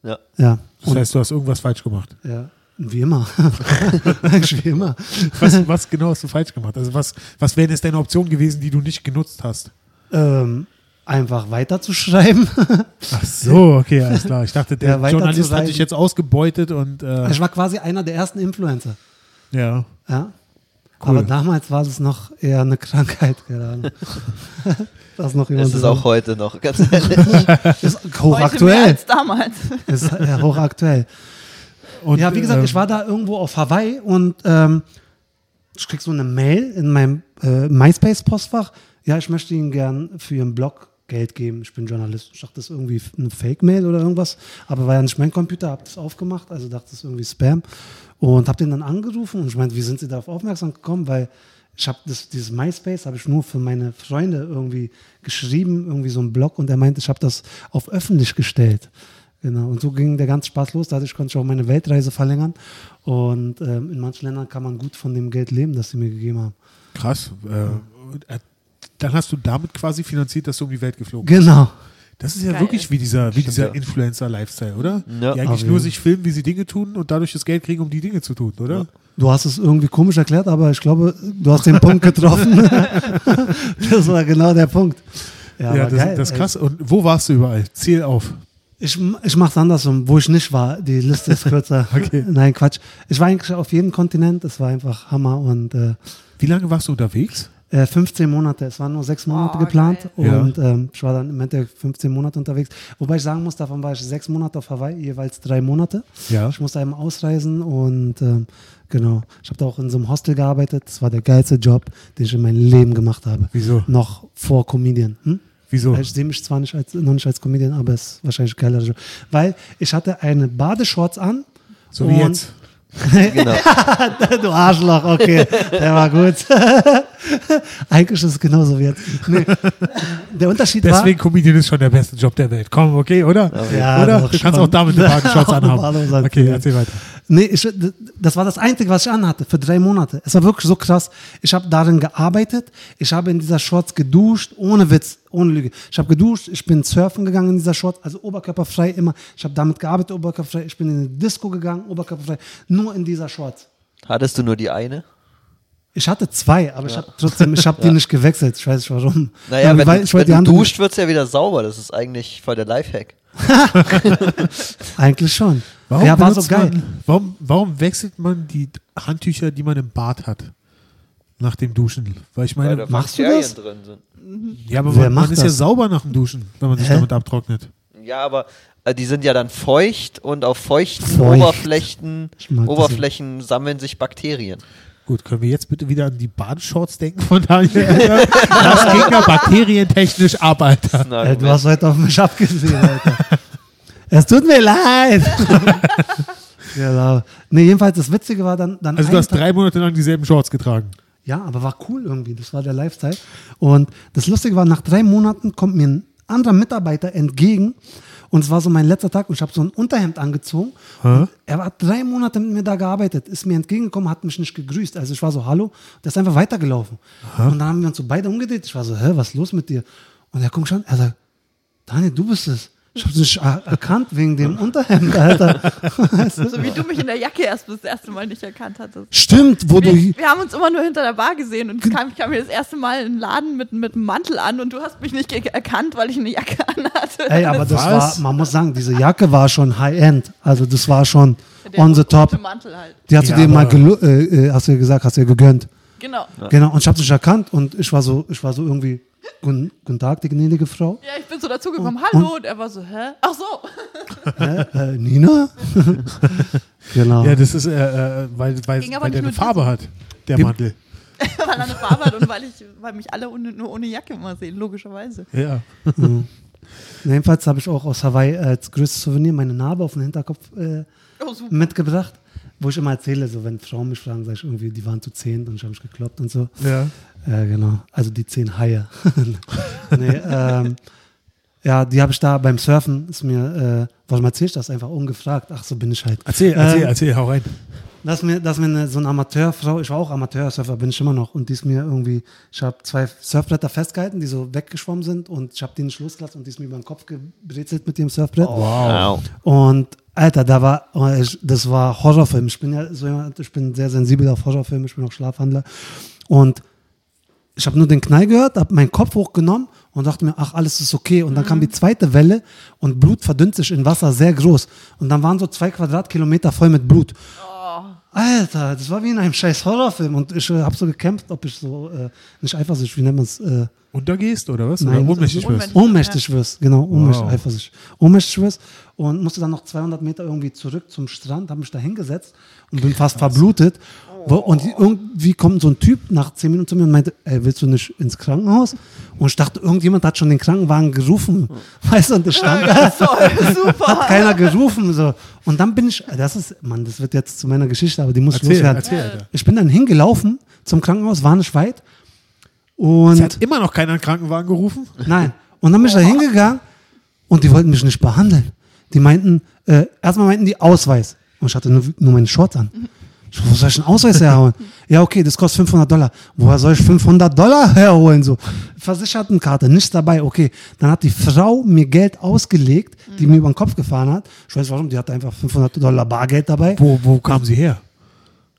D: Ja.
C: Ja,
A: Das heißt, du hast irgendwas falsch gemacht.
C: ja wie immer. Eigentlich wie immer.
A: Was, was genau hast du falsch gemacht? Also was, was wären jetzt deine Optionen gewesen, die du nicht genutzt hast?
C: Ähm, einfach weiterzuschreiben.
A: Ach so, okay, alles klar. Ich dachte, der
C: Ja, weiter
A: Journalist
C: zu
A: hat
C: reisen.
A: dich jetzt ausgebeutet und äh,
C: Ich war quasi einer der ersten Influencer.
A: ja.
C: Ja.
A: Cool.
C: Aber damals war es noch eher eine Krankheit, keine Ahnung. das noch jemand
D: Das ist auch heute noch, ganz ehrlich.
C: ist
B: Heute mehr
C: hochaktuell.
B: als damals.
C: Ist ja, hochaktuell.
A: Und,
C: ja, wie gesagt,
A: ähm,
C: ich war da irgendwo auf Hawaii und ähm, ich krieg so eine Mail in meinem äh, MySpace-Postfach. Ja, ich möchte Ihnen gern für Ihren Blog Geld geben. Ich bin Journalist. Ich dachte, das ist irgendwie eine Fake-Mail oder irgendwas. Aber war ja nicht mein Computer, hab das aufgemacht, also dachte, das ist irgendwie Spam. Und hab den dann angerufen und ich meinte, wie sind Sie darauf aufmerksam gekommen? Weil ich habe das, dieses MySpace habe ich nur für meine Freunde irgendwie geschrieben, irgendwie so einen Blog und er meinte, ich habe das auf öffentlich gestellt. Genau, und so ging der ganze Spaß los. Dadurch konnte ich auch meine Weltreise verlängern. Und ähm, in manchen Ländern kann man gut von dem Geld leben, das sie mir gegeben haben.
A: Krass. Äh, und, äh, dann hast du damit quasi finanziert, dass du um die Welt geflogen bist.
C: Genau.
A: Das ist ja
B: Geil.
A: wirklich wie dieser, wie
D: Stimmt,
A: dieser
D: ja.
A: Influencer-Lifestyle, oder?
D: Ja.
A: Die eigentlich
C: Aber
A: nur
C: ja.
A: sich filmen, wie sie Dinge tun und dadurch das Geld kriegen, um die Dinge zu tun, oder?
C: Du hast es irgendwie komisch erklärt, aber ich glaube, du hast den Punkt getroffen. das war genau der Punkt.
A: Ja,
C: aber
A: das,
C: geil,
A: das ist
C: ey.
A: krass. Und wo warst du überall? Ziel auf.
C: Ich, ich mache es andersrum, wo ich nicht war. Die Liste ist kürzer.
A: Okay.
C: Nein, Quatsch. Ich war eigentlich auf jedem Kontinent. Es war einfach Hammer. Und äh,
A: Wie lange warst du unterwegs?
C: äh, 15 Monate, es waren nur sechs Monate
B: Oh,
C: geplant.
A: geil. Ja.
C: Und ähm, ich war dann im Endeffekt 15 Monate unterwegs. Wobei ich sagen muss, davon war ich sechs Monate auf Hawaii, jeweils drei Monate.
A: Ja.
C: Ich musste einmal ausreisen und ähm, genau. Ich habe da auch in so einem Hostel gearbeitet. Das war der geilste Job, den ich in meinem Leben gemacht habe.
A: Wieso?
C: Noch vor Comedian. Hm?
A: Wieso?
C: Ich sehe mich zwar nicht als, noch nicht als Comedian, aber es ist wahrscheinlich ein geiler Job. Weil ich hatte eine Badeshorts an.
A: So wie
C: und-
A: jetzt.
D: Genau.
C: Du Arschloch, okay. Der war gut. Eigentlich ist es genauso wie jetzt. Nee. Der Unterschied
A: Deswegen Comedian ist schon der beste Job der Welt. Komm, okay, oder?
C: Ja,
A: oder?
C: doch
A: Du kannst
C: schon.
A: auch damit eine Wagenschatz
C: Auch eine
A: anhaben.
C: Badehose
A: Okay,
C: anziehen.
A: erzähl weiter.
C: war, nee, ich, das war das Einzige, was ich anhatte für drei Monate. Es war wirklich so krass. Ich habe darin gearbeitet. Ich habe in dieser Shorts geduscht, ohne Witz, ohne Lüge. Ich habe geduscht, ich bin surfen gegangen in dieser Shorts, also oberkörperfrei immer. Ich habe damit gearbeitet, oberkörperfrei. Ich bin in eine Disco gegangen, oberkörperfrei, nur in dieser Shorts.
D: Hattest du nur die eine?
C: Ich hatte zwei, aber ich habe trotzdem, ich habe die nicht gewechselt. Ich weiß nicht warum.
D: Naja,
C: Aber
D: wenn,
C: weil-
D: du-
C: ich wollte
D: wenn
C: die
D: du
C: andere-
D: duscht, wird es ja wieder sauber. Das ist eigentlich voll der Lifehack.
C: Eigentlich schon.
A: Warum,
C: ja, war so
A: benutzt
C: geil.
A: Man, warum, warum wechselt man die Handtücher, die man im Bad hat? Nach dem Duschen. Weil ich meine,
C: machst du
D: Bakterien
C: das?
D: drin sind.
A: ja, aber
C: Wer
A: man, man
C: macht
A: ist ja
C: das?
A: sauber nach dem Duschen, wenn man sich
C: Hä?
A: damit abtrocknet.
D: Ja, aber äh, die sind ja dann feucht und auf feuchten
C: Feucht.
D: Oberflächen,
C: Ich mag das
D: Oberflächen sammeln sich Bakterien.
A: Gut, können wir jetzt bitte wieder an die Badeshorts denken von Daniel? Alter? Das ging ja bakterientechnisch ab, Alter.
D: Na,
C: Ey, äh, du hast heute auf mich abgesehen, Alter. es tut mir leid. genau. Nee, jedenfalls, das Witzige war dann. dann
A: Also du
C: einen
A: hast
C: Tag-
A: drei Monate lang dieselben Shorts getragen.
C: Ja, aber war cool irgendwie. Das war der Lifestyle. Und das Lustige war, nach drei Monaten kommt mir ein anderer Mitarbeiter entgegen. Und es war so mein letzter Tag und ich habe so ein Unterhemd angezogen. Und Er hat drei Monate mit mir da gearbeitet, ist mir entgegengekommen, hat mich nicht gegrüßt. Also ich war so, hallo, der ist einfach weitergelaufen. Und dann haben wir uns so beide umgedreht. Ich war so, hä, was ist los mit dir? Und er guckt schon, er sagt, Daniel, du bist es. Ich habe nicht er- erkannt wegen dem Unterhemd, Alter.
B: So wie du mich in der Jacke erst das erste Mal nicht erkannt hattest.
C: Stimmt, wo du...
B: Wir, wir haben uns immer nur hinter der Bar gesehen und ich
C: Hm.
B: kam, ich kam mir das erste Mal in den Laden mit, mit einem Mantel an und du hast mich nicht ge- erkannt, weil ich eine Jacke anhatte.
C: Ey, aber das
A: Was?
C: war, man muss sagen, diese Jacke war schon High-End. Also das war schon
B: Der
C: on the
B: rote
C: top.
B: Mantel halt.
C: Die hast
A: Ja,
C: du dir mal
A: aber-
C: gelu- äh, äh, hast du dir gesagt, hast du dir gegönnt.
B: Genau. Ja.
C: Genau. Und ich habe dich erkannt und ich war so, ich war so irgendwie, guten, guten Tag, die gnädige Frau.
B: ich bin so dazugekommen, hallo, und er war so, hä? Ach so.
C: Hä? äh, Nina? genau.
A: Ja, das ist, äh, äh, weil, weil,
B: Ging aber
A: weil
B: nicht
A: der eine
B: nur
A: Farbe hat, der
C: Die-
A: Mantel.
B: weil er eine Farbe hat und weil, ich, weil mich alle ohne, nur ohne Jacke immer sehen, logischerweise.
A: Ja.
C: Jedenfalls habe ich auch aus Hawaii als größtes Souvenir meine Narbe auf den Hinterkopf äh,
B: Oh, super.
C: mitgebracht, wo ich immer erzähle, so wenn Frauen mich fragen, sage ich irgendwie, die waren zu zehn und ich habe mich gekloppt und so.
A: ja.
C: Ja, genau. Also die zehn Haie. nee, ähm, ja, die habe ich da beim Surfen, ist mir, äh, warum erzähle ich das einfach ungefragt? Ach, so bin ich halt.
A: Erzähl, erzähl,
C: Ähm,
A: erzähl, hau rein.
C: Dass mir, dass mir eine, so eine Amateurfrau, ich war auch Amateursurfer, bin ich immer noch, und die ist mir irgendwie, ich habe zwei Surfbretter festgehalten, die so weggeschwommen sind, und ich habe die nicht losgelassen und die ist mir über den Kopf gebrezelt mit dem Surfbrett.
A: Oh.
D: Wow.
C: Und Alter, da war, oh, ich- das war Horrorfilm. Ich bin ja so jemand, ich bin sehr sensibel auf Horrorfilme, ich bin auch Schlafhandler. Und ich habe nur den Knall gehört, habe meinen Kopf hochgenommen und dachte mir, ach, alles ist okay. Und dann kam die zweite Welle und Blut verdünnt sich in Wasser sehr groß. Und dann waren so zwei Quadratkilometer voll mit Blut. Alter, das war wie in einem scheiß Horrorfilm. Und ich äh, habe so gekämpft, ob ich so, äh, nicht eifersüchtig, wie nennt man es? Äh,
A: Untergehst oder was?
C: Nein,
A: oder ohnmächtig
C: so-
A: wirst?
C: ohnmächtig wirst, genau, ohnmächtig,
A: Wow.
C: eifersüchtig. Ohnmächtig wirst und musste dann noch 200 Meter irgendwie zurück zum Strand, habe mich da hingesetzt und bin fast verblutet. Wo- Und irgendwie kommt so ein Typ nach 10 Minuten zu mir und meinte, ey, willst du nicht ins Krankenhaus? Und ich dachte, irgendjemand hat schon den Krankenwagen gerufen. Weißt du, und ich stand da
B: Toll, super.
C: keiner gerufen. So. Und dann bin ich, das ist, Mann, das wird jetzt zu meiner Geschichte, aber die muss
A: Erzähl,
C: ich loswerden.
A: erzähl, Alter.
C: ich bin dann hingelaufen zum Krankenhaus, war nicht weit.
A: Es
C: Und
A: hat immer noch keiner einen Krankenwagen gerufen?
C: Nein. Und dann bin ich da hingegangen und die wollten mich nicht behandeln. Die meinten, äh, erstmal meinten die Ausweis. Und ich hatte nur, nur meinen Shorts an. Ich, wo soll ich einen Ausweis herholen? ja, okay, das kostet 500 Dollar. Woher soll ich 500 Dollar herholen? So, Versichertenkarte, nichts dabei. Okay, dann hat die Frau mir Geld ausgelegt, die mir über den Kopf gefahren hat. Ich weiß warum, die hatte einfach 500 Dollar Bargeld dabei.
A: Wo, wo kam sie her?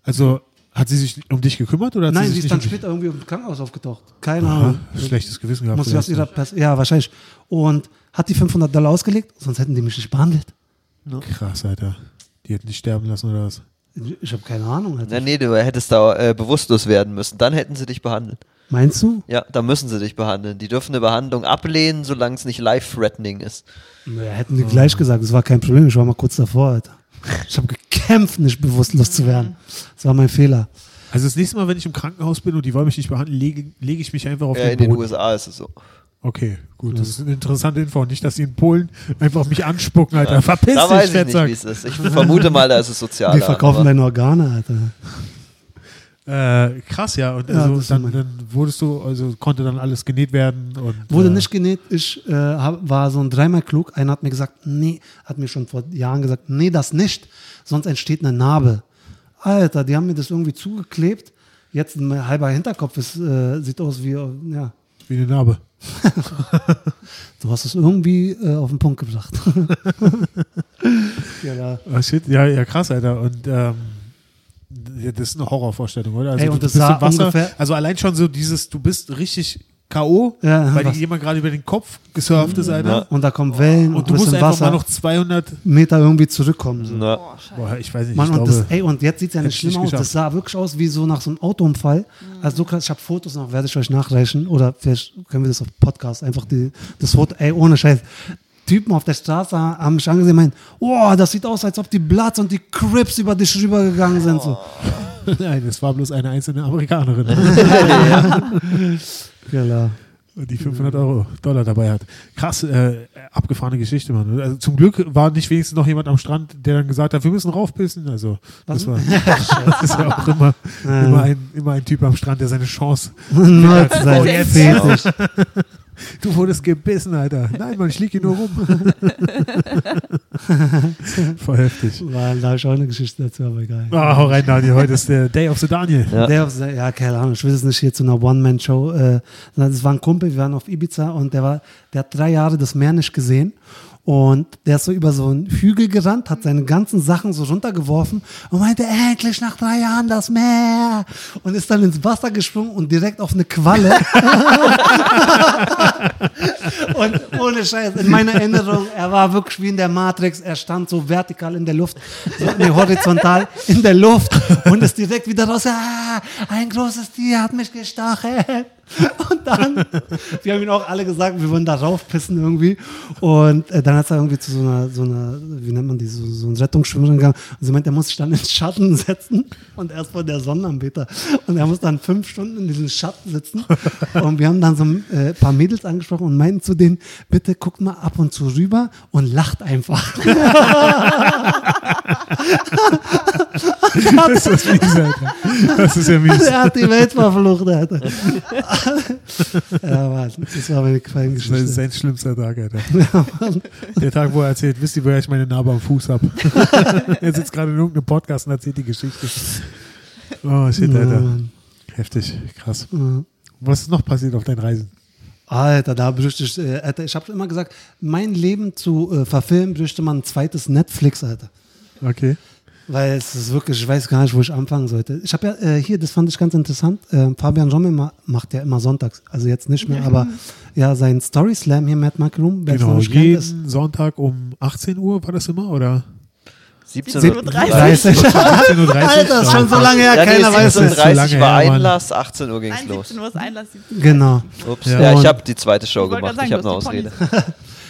A: Also hat sie sich um dich gekümmert oder hat
C: Nein, sie
A: sich nicht
C: ist dann
A: um dich-
C: später irgendwie im Krankenhaus aufgetaucht. Keine Ahnung.
A: Aha, schlechtes Gewissen gehabt?
C: Muss sie aus
A: vielleicht.
C: ihrer Pers ja, wahrscheinlich. Und hat die 500 Dollar ausgelegt, sonst hätten die mich nicht behandelt.
A: Krass, Alter. Die hätten dich sterben lassen oder was?
C: Ich habe keine Ahnung. Alter.
D: Na, nee, du hättest da äh, bewusstlos werden müssen. Dann hätten sie dich behandelt.
C: Meinst du?
D: Ja, da müssen sie dich behandeln. Die dürfen eine Behandlung ablehnen, solange es nicht life-threatening ist.
C: Naja, hätten die gleich gesagt, es war kein Problem, ich war mal kurz davor, Alter. Ich habe gekämpft, nicht bewusstlos zu werden. Das war mein Fehler.
A: Also das nächste Mal, wenn ich im Krankenhaus bin und die wollen mich nicht behandeln, lege, lege ich mich einfach auf
D: Ja, Äh, in
A: den Boden.
D: den USA ist es so.
A: Okay, gut. Das ist eine interessante Info. Und nicht, dass sie in Polen einfach mich anspucken, Alter. Verpiss
D: Da
A: dich,
D: weiß ich nicht,
A: Fettsack.
D: wie es ist. Ich vermute mal, da ist es ne? sozial.
C: Wir verkaufen deine Organe, Alter.
A: Äh, krass, ja. Und
C: Ja,
A: also,
C: das ist
A: dann,
C: mein-
A: dann wurdest du, also konnte dann alles genäht werden. Und,
C: Wurde
A: äh,
C: nicht genäht, ich äh, hab, war so ein dreimal klug. Einer hat mir gesagt, nee, hat mir schon vor Jahren gesagt, nee, das nicht, sonst entsteht eine Narbe. Alter, die haben mir das irgendwie zugeklebt. Jetzt mein halber Hinterkopf ist, äh, sieht aus wie, äh, ja,
A: Wie eine Narbe.
C: du hast es irgendwie äh, auf den Punkt gebracht. ja, da.
A: Ah, shit. Ja, ja, krass, Alter. Und ähm, ja, das ist eine Horrorvorstellung, oder? Also
C: Ey, und
A: du
C: das
A: bist
C: sah
A: im Wasser.
C: ungefähr-
A: Also allein schon so dieses, du bist richtig K.O.,
C: Ja,
A: weil dir
C: was-
A: jemand gerade über den Kopf gesurft ist, Alter.
C: Und da kommen Wellen und,
A: Oh. Und du
C: bist
A: musst
C: im
A: einfach mal
C: Wasser.
A: noch 200,
C: Meter irgendwie zurückkommen.
B: Oh,
C: So.
D: Na,
B: Boah, scheiße.
A: boah, ich weiß nicht,
C: Mann,
A: ich
C: und
A: glaube,
C: das, ey, und jetzt sieht es ja nicht
A: hätte ich nicht
C: schlimm aus. Das
A: geschafft.
C: sah wirklich aus wie so nach so einem Autounfall. Also so krass, ich habe Fotos noch, werde ich euch nachreichen. Oder vielleicht können wir das auf Podcast einfach die, das Foto, ey, ohne Scheiß. Typen auf der Straße haben mich angesehen und meinen, oh, das sieht aus, als ob die Bloods und die Crips über dich rübergegangen sind. So.
A: nein, es war bloß eine einzelne Amerikanerin,
C: Killer.
A: die 500 Euro Dollar dabei hat. Krass, äh, abgefahrene Geschichte, Mann. Also zum Glück war nicht wenigstens noch jemand am Strand, der dann gesagt hat, wir müssen raufpissen. Also das war das ist ja auch immer, immer, ein, immer ein Typ am Strand, der seine Chance
C: Nein,
B: Oh,
C: seid
B: jetzt.
C: fertig.
A: Du wurdest gebissen, Alter. Nein, man, ich lieg hier nur rum. Voll heftig.
C: Weil Da habe ich auch eine Geschichte dazu, aber egal.
A: Ah, hau rein, Daniel. Heute ist der Day of the Daniel.
D: Ja.
C: Der, auf- ja, keine Ahnung, ich will es nicht hier zu einer One-Man-Show. äh, sondern Es war ein Kumpel, wir waren auf Ibiza und der war, der hat drei Jahre das Meer nicht gesehen. Und der ist so über so einen Hügel gerannt, hat seine ganzen Sachen so runtergeworfen und meinte, endlich nach drei Jahren das Meer. Und ist dann ins Wasser gesprungen und direkt auf eine Qualle. Und ohne Scheiß, in meiner Erinnerung, er war wirklich wie in der Matrix. Er stand so vertikal in der Luft, so, nee, horizontal in der Luft und ist direkt wieder raus. Ah, ein großes Tier hat mich gestachelt. Und dann, wir haben ihn auch alle gesagt, wir wollen da raufpissen irgendwie. Und äh, dann hat er irgendwie zu so einer, so einer, wie nennt man die, so, so einen Rettungsschwimmerin gegangen. Und sie meint, er muss sich dann in den Schatten setzen und erst mal der Sonnenanbeter. Und er muss dann fünf Stunden in diesem Schatten sitzen. Und wir haben dann so ein äh, paar Mädels angesprochen und meinten zu denen, bitte guckt mal ab und zu rüber und lacht einfach.
A: Das ist das Miese, Alter. Das ist ja mies.
C: er hat die Welt verflucht, Alter. ja, Mann, das war meine
A: Das ist
C: Quellengeschichte.
A: sein schlimmster Tag, Alter. Der Tag, wo er erzählt, wisst ihr, woher ich meine Narbe am Fuß habe? er sitzt gerade in irgendeinem Podcast und erzählt die Geschichte. Oh, shit, Alter.
C: Mann.
A: Heftig, krass.
C: Ja.
A: Was ist noch passiert auf deinen Reisen?
C: Alter, da bräuchte ich, äh, Alter, ich habe immer gesagt, mein Leben zu äh, verfilmen, bräuchte man ein zweites Netflix, Alter.
A: Okay.
C: Weil es ist wirklich, ich weiß gar nicht, wo ich anfangen sollte. Ich habe ja äh, hier, das fand ich ganz interessant, äh, Fabian Rommel ma macht ja immer sonntags, also jetzt nicht mehr, aber ja, sein Story Slam hier, Matt Room, wer es noch
A: Genau,
C: nicht kennt, ist
A: jeden Sonntag um 18 Uhr war das immer, oder?
D: 17.30
C: 30.
A: 18.30 Uhr.
C: Alter, ist schon so lange her,
D: Ja, nee,
C: keiner weiß es.
D: 17.30
A: ist so lange her,
D: war
A: Mann.
D: Einlass, 18 Uhr ging's
B: Ein
D: los.
B: 17 Uhr ist Einlass. 17 Uhr.
C: Genau.
D: Ups.
A: Ja.
D: Ja,
C: Und-
D: ich habe die zweite Show
B: Ich wollte
D: gemacht.
B: gerade
D: ich habe eine
B: sagen, du
D: Ausrede.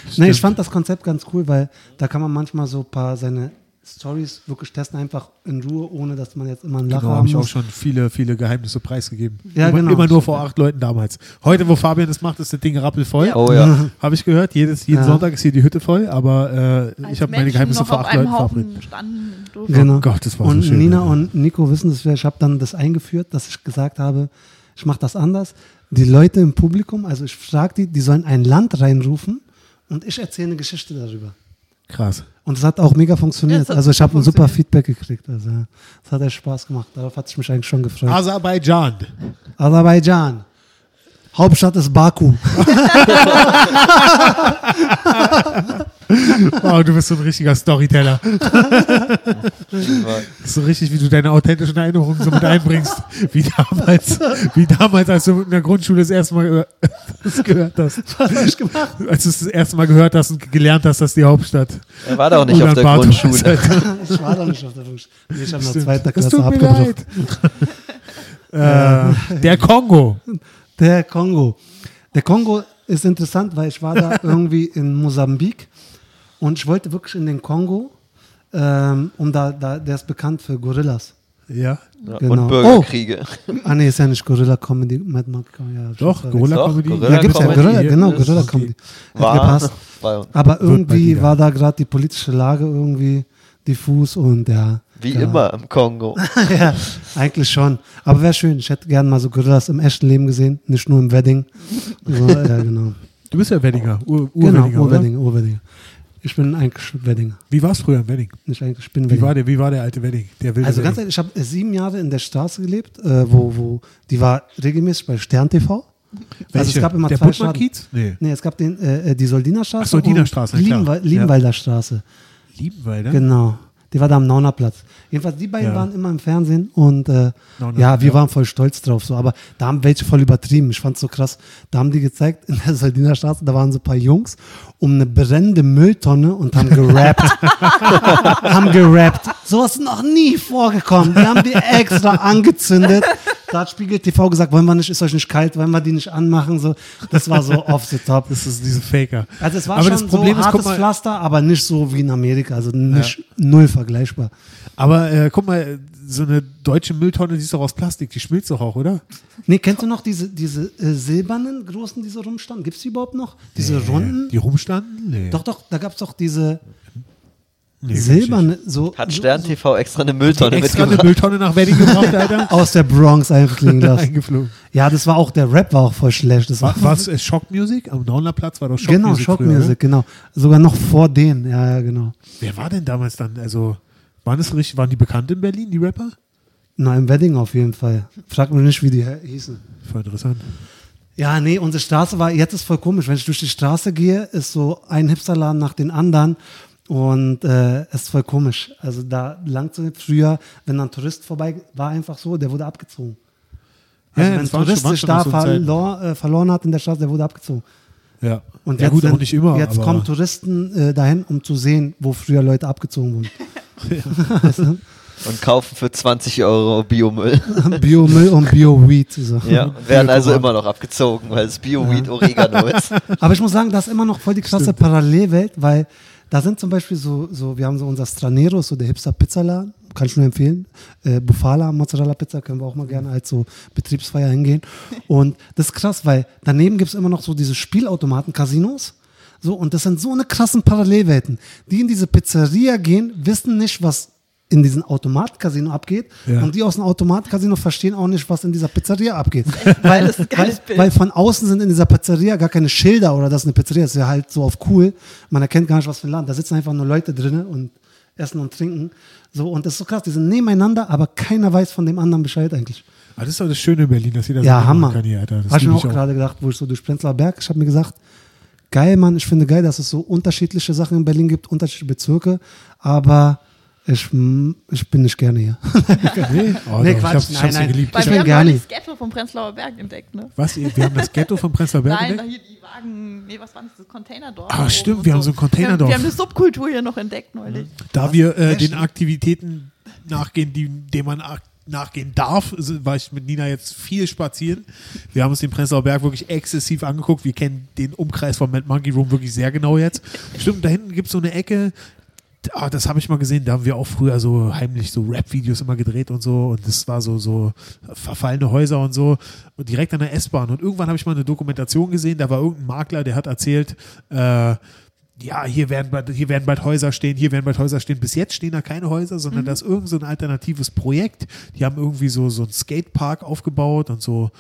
B: hast
C: Nee, ich fand das Konzept ganz cool, weil da kann man manchmal so ein paar seine Stories wirklich testen, einfach in Ruhe, ohne dass man jetzt immer einen Lacher
A: Genau, habe
C: haben
A: ich auch
C: muss.
A: schon viele, viele Geheimnisse preisgegeben.
C: Ja,
A: immer,
C: genau.
A: immer nur vor acht Leuten damals. Heute, wo Fabian das macht, ist das Ding rappelvoll.
D: Oh ja.
A: Habe ich gehört. Jedes, jeden
C: Ja.
A: Sonntag ist hier die Hütte voll, aber äh, ich
B: Als
A: habe meine
B: Menschen
A: Geheimnisse
B: noch
A: vor
B: auf
A: acht
B: einem
A: Leuten
B: Haufen
A: verabredet.
B: standen durften.
C: Genau.
A: Oh Gott, das war so
C: und
A: schön,
C: Nina
A: Alter.
C: und Nico wissen das, ich habe dann das eingeführt, dass ich gesagt habe, ich mache das anders. Die Leute im Publikum, also ich frage die, die sollen ein Land reinrufen und ich erzähle eine Geschichte darüber.
A: Krass.
C: Und es hat auch mega
B: Ja,
C: funktioniert.
B: es hat
C: also ich habe ein super
B: funktioniert.
C: Feedback gekriegt. Also ja, es hat echt Spaß gemacht. Darauf hat ich mich eigentlich schon gefreut.
A: Also- Aserbaidschan.
C: Aserbaidschan. Hauptstadt ist Baku.
A: Wow, Oh, du bist so ein richtiger Storyteller.
D: War-
A: Das ist so richtig, wie du deine authentischen Erinnerungen so mit einbringst. Wie damals, wie damals als du in der Grundschule das erste Mal gehör- das gehört hast.
C: Was habe ich gemacht?
A: Als du es das erste Mal gehört hast und gelernt hast, dass die Hauptstadt.
D: Er war doch nicht auf der
A: Ulaanbaatar ist.
D: Grundschule.
C: Ich war doch nicht auf der Fünften. Nee, ich habe in der
A: Stimmt.
C: zweiten
A: Es
C: Klasse abgebrochen.
A: mir leid. äh, der Kongo.
C: Der Kongo. Der Kongo ist interessant, weil ich war da irgendwie in Mosambik und ich wollte wirklich in den Kongo, ähm, um da, da, der ist bekannt für Gorillas.
A: Ja.
D: Ja,
C: Genau.
D: Und Bürgerkriege.
C: Ah nee, ist ja nicht Gorilla Comedy, Mad Monkey Comedy. Ja,
A: Doch,
C: schon
A: Gorilla
D: Doch,
A: Comedy.
D: Gorilla
C: Ja, gibt's ja
D: Comedy.
C: Gorilla, genau,
D: Das ist
C: Gorilla
A: okay.
C: Comedy. Hat
D: War,
C: gepasst.
D: war,
C: Aber
A: Wird bei
C: irgendwie
A: dir.
C: war da gerade die politische Lage irgendwie diffus und ja.
D: wie
C: ja.
D: immer im Kongo.
C: ja, eigentlich schon. Aber wäre schön. Ich hätte gern mal so Gorillas im echten Leben gesehen, nicht nur im Wedding. So, ja, genau.
A: Du bist ja Weddinger. Ur
C: Genau,
A: Urweddinger, oder?
C: Urwedding, Urwedding. Ich bin eigentlich Wedding.
A: Wie war es früher im Wedding?
C: Nicht eigentlich, ich bin
A: Wie war
C: Wedding.
A: der, wie war der alte Wedding? Der wilde
C: Also ganz
A: Wedding?
C: ehrlich, ich habe sieben Jahre in der Straße gelebt, äh, wo, wo die war regelmäßig bei Stern TV. Also es
A: Welche?
C: gab immer
A: der
C: zwei
A: Puttmann
C: Straßen.
A: Kiez? Nee.
C: Nee, es gab den, äh, äh, die Soldiner Straße
A: Ach, Soldiner
C: und
A: Straße, klar.
C: Lienwe
A: Ja.
C: Lienwalder Straße.
A: Liebenwalder?
C: Genau. Die war da am Naunerplatz. Jedenfalls, die beiden
A: ne? Ja.
C: waren immer im Fernsehen und äh,
A: Nauner,
C: ja, wir
A: ja.
C: waren voll stolz drauf. So. Aber da haben welche voll übertrieben. Ich fand's so krass. Da haben die gezeigt, in der Saldiner Straße, da waren so ein paar Jungs um eine brennende Mülltonne und haben gerappt. haben gerappt. So ist noch nie vorgekommen. Wir haben die extra angezündet. Da hat Spiegel TV gesagt, wollen wir nicht, ist euch nicht kalt, wollen wir die nicht anmachen. So, das war so off the top.
A: Das ist diese Faker.
C: Also es war
A: aber
C: schon
A: das Problem
C: so
A: ist, guck
C: hartes
A: mal,
C: Pflaster, aber nicht so wie in Amerika, also nicht null vergleichbar.
A: aber äh, guck mal, so eine deutsche Mülltonne, die ist doch aus Plastik, die schmilzt doch auch, oder?
C: Nee, kennst du noch diese, diese äh, silbernen großen, die so rumstanden? Gibt es die überhaupt noch? Diese
A: Nee.
C: runden?
A: Die rumstanden? Nee.
C: Doch, doch, da gab es doch diese
A: nee, kenn ich nicht.
C: silberne, so
D: Hat
C: so-
D: Stern TV extra eine Mülltonne
A: Extra eine
D: mitgebracht.
A: Mülltonne nach Wedding gebracht, Alter?
C: aus der Bronx einfach liegen lassen.
A: Eingeflogen.
C: ja, das war auch, der Rap war auch voll schlecht. Das war,
A: War es äh, Schockmusik? Am Naunerplatz war doch Schockmusik.
C: genau, Shock
A: früher, ne?
C: Music, genau. Sogar noch vor denen, ja, ja, genau.
A: Oder? Wer war denn damals dann? Also, waren, es richtig, waren die bekannt in Berlin, die Rapper?
C: Na, im Wedding auf jeden Fall. Frag mich nicht, wie die hä- hießen.
A: Voll interessant.
C: Ja, nee, unsere Straße war, jetzt ist voll komisch, wenn ich durch die Straße gehe, ist so ein Hipsterladen nach den anderen und äh, ist voll komisch. Also da lang zu früher, wenn ein Tourist vorbei war, einfach so, der wurde abgezogen.
A: Ja, ja,
C: Also wenn ein
A: das waren schon-
C: Tourist
A: waren
C: sich
A: schon
C: da
A: noch so Zeiten.
C: verlor, äh, verloren hat in der Straße, der wurde abgezogen.
A: Ja,
C: Und
A: ja
C: jetzt
A: gut, auch
C: sind-
A: nicht immer.
C: Jetzt
A: aber
C: kommen Touristen äh, dahin, um zu sehen, wo früher Leute abgezogen wurden.
D: Und kaufen für 20 Euro Biomüll.
C: Biomüll und Bio-Weed. So.
D: Ja, und werden also immer noch abgezogen, weil es Bio-Weed Oregano ist.
C: Aber ich muss sagen, das ist immer noch voll die krasse Parallelwelt, weil da sind zum Beispiel so, so wir haben so unser Stranero, so der hipster Pizzaladen, kann ich nur empfehlen. Äh, Bufala, Mozzarella Pizza können wir auch mal gerne als so Betriebsfeier hingehen. Und das ist krass, weil daneben gibt es immer noch so diese Spielautomaten, Casinos. So, und das sind so eine krassen Parallelwelten. Die in diese Pizzeria gehen, wissen nicht, was in diesem Automat-Casino abgeht.
A: Ja.
C: Und die aus dem Automat-Casino verstehen auch nicht, was in dieser Pizzeria abgeht. weil,
B: Das ist ein
C: weil,
B: geiles Bild.
C: weil von außen sind in dieser Pizzeria gar keine Schilder oder das ist eine Pizzeria. Das ist ja halt so auf cool. Man erkennt gar nicht, was für ein Land. Da sitzen einfach nur Leute drinnen und essen und trinken. So, und das ist so krass. Die sind nebeneinander, aber keiner weiß von dem anderen Bescheid eigentlich.
A: Ah, das ist doch das Schöne in Berlin, dass jeder
C: Ja,
A: so
C: Hammer.
A: kann hier, Alter. Das
C: Habe ich mir
A: liebe
C: auch gerade gedacht, wo ich so durch Prenzlauer Berg, ich habe mir gesagt, geil, Mann, ich finde geil, dass es so unterschiedliche Sachen in Berlin gibt, unterschiedliche Bezirke, aber ich, mm, ich bin nicht gerne hier.
A: Nee, oh,
C: Nee,
A: doch, ich
C: Quatsch,
A: hab's, ich
C: nein,
A: hab's
C: nein.
A: hier geliebt.
B: Weil
A: Ich
C: bin
B: wir haben
C: gar
B: neulich
C: nicht.
B: das Ghetto vom Prenzlauer Berg entdeckt, ne?
A: hab, was? Wir haben das Ghetto von Prenzlauer Berg
B: Nein, da
A: entdeckt?
B: hier die Wagen, nee, was war das, das Containerdorf?
A: Ah,
B: oben
A: stimmt,
B: und
A: wir haben so ein Containerdorf.
B: Wir haben, wir haben eine Subkultur hier noch entdeckt neulich.
A: Da wir äh,
C: Echt?
A: den Aktivitäten nachgehen, die, denen man ak- nachgehen darf, so war ich mit Nina jetzt viel spazieren. Wir haben uns den Prenzlauer Berg wirklich exzessiv angeguckt. Wir kennen den Umkreis von Mad Monkey Room wirklich sehr genau jetzt. Stimmt, da hinten gibt es so eine Ecke. Ah, das habe ich mal gesehen, da haben wir auch früher so heimlich so Rap-Videos immer gedreht und so und das war so, so verfallene Häuser und so und direkt an der S-Bahn und irgendwann habe ich mal eine Dokumentation gesehen, da war irgendein Makler, der hat erzählt, äh, ja, hier werden, bald, hier werden bald Häuser stehen, hier werden bald Häuser stehen. Bis jetzt stehen da keine Häuser, sondern
B: Mhm.
A: das ist irgend so ein alternatives Projekt. Die haben irgendwie so, so einen Skatepark aufgebaut und so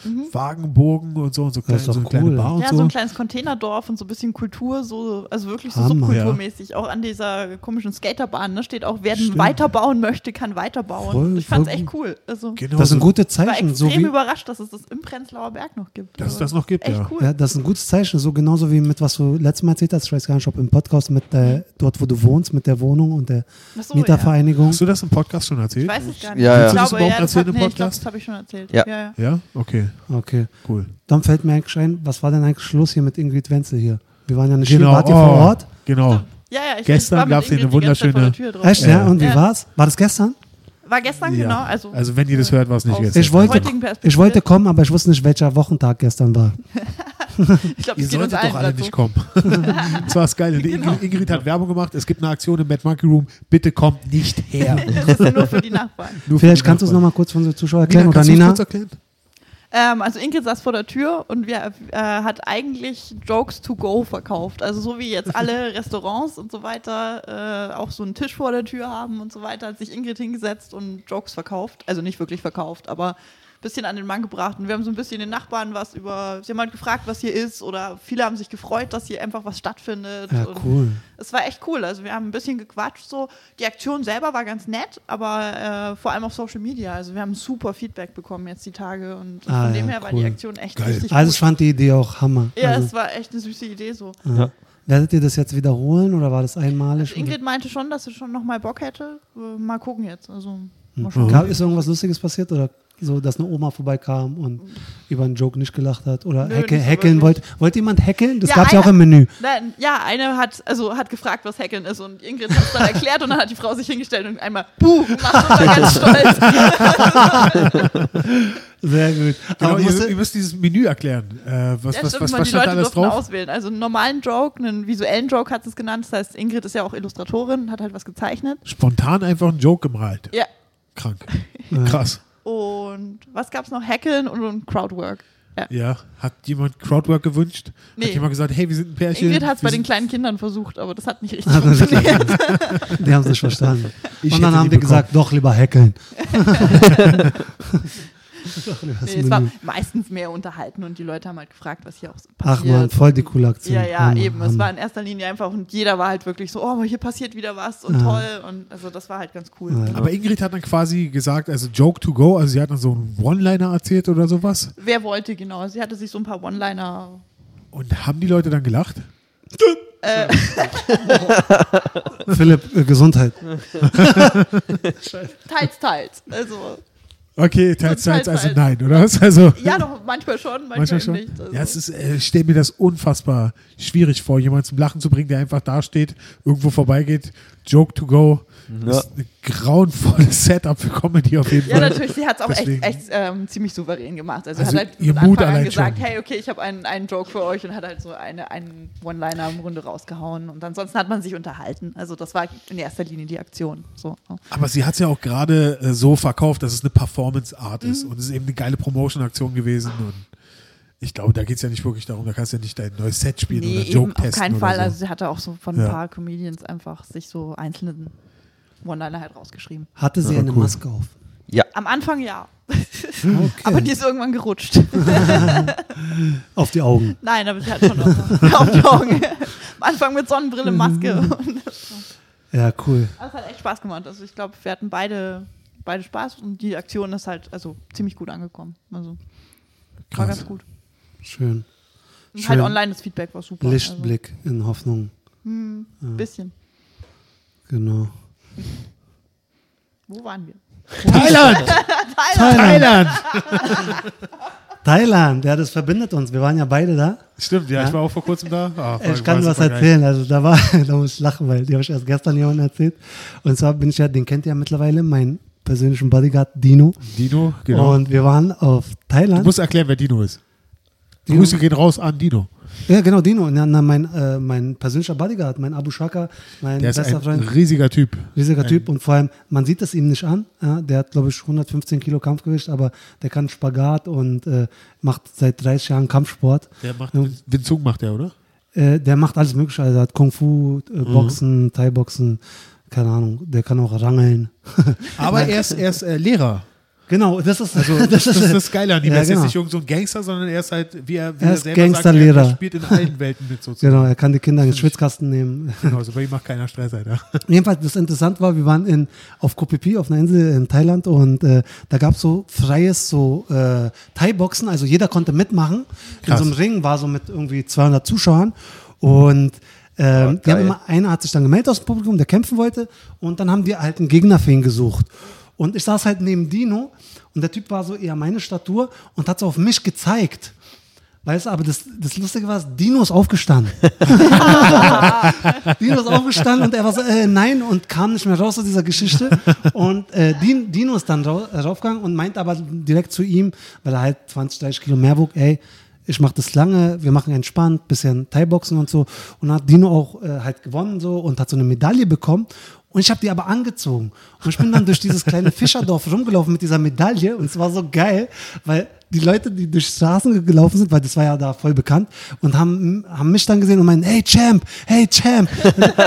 A: Wagenburgen und so und so, klein,
C: Das ist
A: so
C: doch
A: eine kleine
C: cool.
A: Bar und
B: Mhm. Ja,
A: so.
B: so ein kleines Containerdorf und so ein bisschen Kultur, so, also wirklich so
C: Hammer.
B: subkulturmäßig. Auch an dieser komischen Skaterbahn ne, steht auch, wer
A: Stimmt.
B: denn weiterbauen möchte, kann weiterbauen.
C: Voll,
B: ich fand's
C: voll
B: echt
C: gut.
B: cool. Also,
A: genau,
C: Das sind
A: so-
C: gute
B: ich war
C: Zeichen,
B: extrem
C: so wie,
B: überrascht, dass es das im Prenzlauer Berg noch gibt.
A: Dass es
B: Also,
A: das noch gibt,
B: Echt
A: ja.
B: cool.
C: ja, das ist ein gutes Zeichen, so genauso wie mit, was du letztes Mal erzählt hast, ich weiß gar nicht, ob im Podcast mit der, dort, wo du wohnst, mit der Wohnung und der
B: Ach so,
C: Mietervereinigung.
A: Hast du das im Podcast schon
B: Ich
A: erzählt?
B: weiß es gar nicht.
D: Ja, ja.
B: Ich
A: Willst du das
B: glaube, ja,
A: überhaupt
B: das
A: erzählen
B: habe
A: im
B: nee, ich, glaub,
A: Podcast?
B: das hab ich schon erzählt.
D: Ja.
B: ja.
A: Ja, okay,
C: Okay,
A: cool.
C: dann fällt mir eigentlich ein, was war denn eigentlich Schluss hier mit Ingrid Wenzel hier? Wir waren ja nicht hier, wart ihr vor
A: oh,
C: Ort?
A: Genau.
B: Ja, ja, ich- ich
A: Gestern
B: war mit
A: gab's hier
B: Ingrid
A: eine
B: die ganze Zeit vor der
A: wunderschöne-
B: Tür drauf.
C: Echt, ja?
A: Ja.
C: Und wie
B: Ja.
C: war's? War das gestern?
B: War gestern,
A: Ja.
B: genau. Also,
A: Also wenn ihr das hört, war es nicht
B: Aus-
A: gestern.
C: Ich wollte,
B: heutigen Perspektive.
C: ich wollte kommen, aber ich wusste nicht, welcher Wochentag gestern war.
B: ich glaube,
A: Ihr
B: es geht uns
A: solltet
B: allen
A: doch alle
B: dazu.
A: nicht kommen. das war das Geile. Die
B: Genau.
A: Ingrid, Ingrid hat Werbung gemacht. Es gibt eine Aktion im Mad Monkey Room. Bitte kommt nicht her.
B: Das ist ja nur für die Nachbarn.
A: Nur für
C: Vielleicht
A: die
C: kannst du es
A: Nachbarn.
C: nochmal kurz für unsere Zuschauer erklären, oder
A: kannst du
C: Nina?
A: das kurz erklären?
B: Ähm, also Ingrid saß vor der Tür und wir, äh, hat eigentlich Jokes to go verkauft. Also so wie jetzt alle Restaurants und so weiter äh, auch so einen Tisch vor der Tür haben und so weiter, hat sich Ingrid hingesetzt und Jokes verkauft. Also nicht wirklich verkauft, aber ein bisschen an den Mann gebracht. Und wir haben so ein bisschen den Nachbarn was über, sie haben halt gefragt, was hier ist oder viele haben sich gefreut, dass hier einfach was stattfindet.
C: Ja,
B: Und
C: cool.
B: es war echt cool. Also wir haben ein bisschen gequatscht so. Die Aktion selber war ganz nett, aber äh, vor allem auf Social Media. Also wir haben super Feedback bekommen jetzt die Tage und
C: Ah,
B: von dem
C: ja,
B: her war
C: cool.
B: die Aktion echt
A: Geil.
B: richtig
C: Also ich
B: gut.
C: fand die Idee auch Hammer.
B: Ja,
C: also,
B: es war echt eine süße Idee so.
C: ja. Werdet ihr das jetzt wiederholen oder war das einmalig?
B: Also Ingrid meinte schon, dass sie schon noch mal Bock hätte. Äh, Mal gucken jetzt. Also mal
C: oder?
A: Mhm.
B: schauen.
C: Gab- Ist irgendwas Lustiges passiert oder so, dass eine Oma vorbeikam und über einen Joke nicht gelacht hat oder
B: Nö,
C: hecke,
B: nicht so
C: heckeln
B: wirklich.
C: wollte? Wollte jemand heckeln? Das
B: Ja,
C: gab es ja auch
B: einer-
C: im Menü.
B: Nein, ja, eine hat also hat gefragt, was Hackeln ist und Ingrid hat es dann erklärt und dann hat die Frau sich hingestellt und einmal Buh gemacht und war ganz stolz.
C: Sehr gut.
A: Genau,
C: Aber
A: ihr,
C: musste,
A: ihr müsst dieses Menü erklären. Äh, was
B: Ja,
A: was,
B: stimmt,
A: was,
B: man,
A: was
B: die
A: stand da
B: Leute
A: alles
B: durften
A: drauf?
B: auswählen. Also einen normalen Joke, einen visuellen Joke hat sie es genannt. Das heißt, Ingrid ist ja auch Illustratorin, hat halt was gezeichnet.
A: Spontan einfach einen Joke gemalt.
B: Ja.
A: Krank.
C: Äh.
A: Krass.
B: Und was gab's noch? Hackeln und, und Crowdwork. Ja.
A: Ja. Hat jemand Crowdwork gewünscht?
B: Nee.
A: Hat jemand gesagt, hey, wir sind ein Pärchen?
B: Ingrid hat es
A: wir
B: bei den
A: sind-
B: kleinen Kindern versucht, aber das hat nicht richtig
C: Ah, das-
B: funktioniert.
C: die haben es nicht verstanden.
A: Ich
C: und dann
A: hätte
C: haben
A: die
C: wir gesagt, doch lieber heckeln. doch lieber das
B: nee, es war
C: Menü.
B: meistens mehr unterhalten und die Leute haben halt gefragt, was hier auch so
C: Ach
B: passiert.
C: man, voll die coole Aktion.
B: ja, ja,
C: Hammer,
B: eben. Es
C: Hammer.
B: war in erster Linie einfach und jeder war halt wirklich so, oh, aber hier passiert wieder was und toll. Und also das war halt ganz cool.
A: aber Ingrid hat dann quasi gesagt, also Joke to go, also sie hat dann so einen One-Liner erzählt oder sowas.
B: Wer wollte, genau. Sie hatte sich so ein paar One-Liner
A: Und haben die Leute dann gelacht?
C: Philipp, äh, Gesundheit.
B: teils, teils. Also
A: Okay, teils,
B: So
A: teils,
B: teils,
A: also
B: teils.
A: nein, oder? was? Also,
B: Ja, doch, manchmal schon, manchmal,
A: manchmal schon.
B: nicht. Also.
A: Ja, es ist, äh, ich stelle mir das unfassbar schwierig vor, jemanden zum Lachen zu bringen, der einfach dasteht, irgendwo vorbeigeht, Joke to go. Das ist ein grauenvolles Setup für Comedy auf jeden
B: ja,
A: Fall.
B: natürlich, sie hat es auch
A: Deswegen.
B: echt, echt ähm, ziemlich souverän gemacht. Also,
A: Also
B: hat halt
A: ihr
B: von
A: Mut
B: Anfang an
A: allein
B: gesagt,
A: schon.
B: hey, okay, ich habe einen, einen Joke für euch und hat halt so eine, einen One-Liner im Runde rausgehauen. Und ansonsten hat man sich unterhalten. Also das war in erster Linie die Aktion. So. ne?
A: Aber sie hat es ja auch gerade äh, so verkauft, dass es eine Performance-Art ist und es ist eben eine geile Promotion-Aktion gewesen. Und ich glaube, da geht es ja nicht wirklich darum, da kannst du ja nicht dein neues Set spielen
B: Nee,
A: oder Joke
B: eben auf
A: testen.
B: keinen
A: oder
B: Fall.
A: So.
B: Also sie hatte auch so von
A: Ja.
B: ein paar Comedians einfach sich so einzelne One-Liner halt rausgeschrieben.
C: Hatte sie
A: Ja,
C: eine
A: cool.
C: Maske auf?
D: Ja,
B: Am Anfang ja.
C: Okay.
B: Aber die ist irgendwann gerutscht.
C: auf die Augen.
B: Nein, aber sie hat schon auch auf die Augen. Am Anfang mit Sonnenbrille, Maske und
C: Ja, cool.
B: Aber es hat echt Spaß gemacht. Also ich glaube, wir hatten beide, beide Spaß und die Aktion ist halt also ziemlich gut angekommen. Also war
A: Krass.
B: ganz gut.
C: Schön.
B: Und
C: Schön.
B: halt online das Feedback war super.
C: Lichtblick in Hoffnung.
B: Also, ein bisschen.
C: Genau.
B: Wo waren wir?
A: Thailand!
C: Thailand.
A: Thailand!
C: Thailand, ja, das verbindet uns. Wir waren ja beide da.
A: Stimmt, ja,
C: Ja.
A: ich war auch vor kurzem da. Ah, war-
C: Ich kann
A: war
C: was
A: supergeil.
C: erzählen. Also da war, da muss ich lachen, weil die habe ich erst gestern jemandem erzählt. Und zwar bin ich ja, den kennt ihr ja mittlerweile, meinen persönlichen Bodyguard Dino.
A: Dino, genau.
C: Und wir waren auf
A: Du
C: Thailand.
A: musst erklären, wer Dino ist.
C: Dino?
A: Grüße gehen raus an Dino.
C: ja, genau, Dino. Na, na, mein, äh, mein persönlicher Bodyguard, mein Abu Shaka, mein
A: Der ist
C: bester
A: ein
C: Freund.
A: riesiger Typ.
C: Riesiger Typ und vor allem, man sieht es ihm nicht an. Ja, der hat, glaube ich, 115 Kilo Kampfgewicht, aber der kann Spagat und äh, macht seit 30 Jahren Kampfsport.
A: Der macht,
C: Ja.
A: Winzung macht er, oder?
C: äh, der macht alles Mögliche. Also er hat Kung Fu, äh,
A: Mhm.
C: Boxen, Thai-Boxen, keine Ahnung. Der kann auch rangeln.
A: Aber er ist, er ist äh, Lehrer.
C: genau, das ist also
A: Das ist das Geile an ihm.
C: Ja,
A: er ist
C: genau.
A: jetzt nicht irgend so ein Gangster, sondern er ist halt, wie er, wie
C: Er
A: er,
C: ist
A: selber sagt,
C: Gangsterlehrer.
A: er spielt in allen Welten mit sozusagen.
C: Genau, er kann die Kinder in den Schwitzkasten nehmen.
A: Genau, so bei ihm macht keiner Stress, Alter.
C: Jedenfalls, das interessant war, wir waren in, auf Koh Phi Phi, auf einer Insel in Thailand und äh, da gab es so freies so äh, Thai-Boxen, also jeder konnte mitmachen.
A: Krass.
C: In so einem Ring war so mit irgendwie 200 Zuschauern und ähm, die
D: geil.
C: haben immer, einer hat sich dann gemeldet aus dem Publikum, der kämpfen wollte und dann haben die halt einen Gegner für ihn gesucht. Und ich saß halt neben Dino und der Typ war so eher meine Statur und hat so auf mich gezeigt. Weißt du, aber das, das Lustige war, Dino ist aufgestanden. Dino ist aufgestanden und er war so, äh, nein, und kam nicht mehr raus aus dieser Geschichte. Und äh, Din, Dino ist dann rau- äh, raufgegangen und meint aber direkt zu ihm, weil er halt 20, 30 Kilo mehr wog, ey, ich mache das lange, wir machen entspannt, bisschen Thai-Boxen und so. Und dann hat Dino auch äh, halt gewonnen so und hat so eine Medaille bekommen. Und ich habe die aber angezogen. Und ich bin dann durch dieses kleine Fischerdorf rumgelaufen mit dieser Medaille. Und es war so geil, weil die Leute, die durch Straßen gelaufen sind, weil das war ja da voll bekannt, und haben, haben mich dann gesehen und meinen, hey Champ, hey Champ,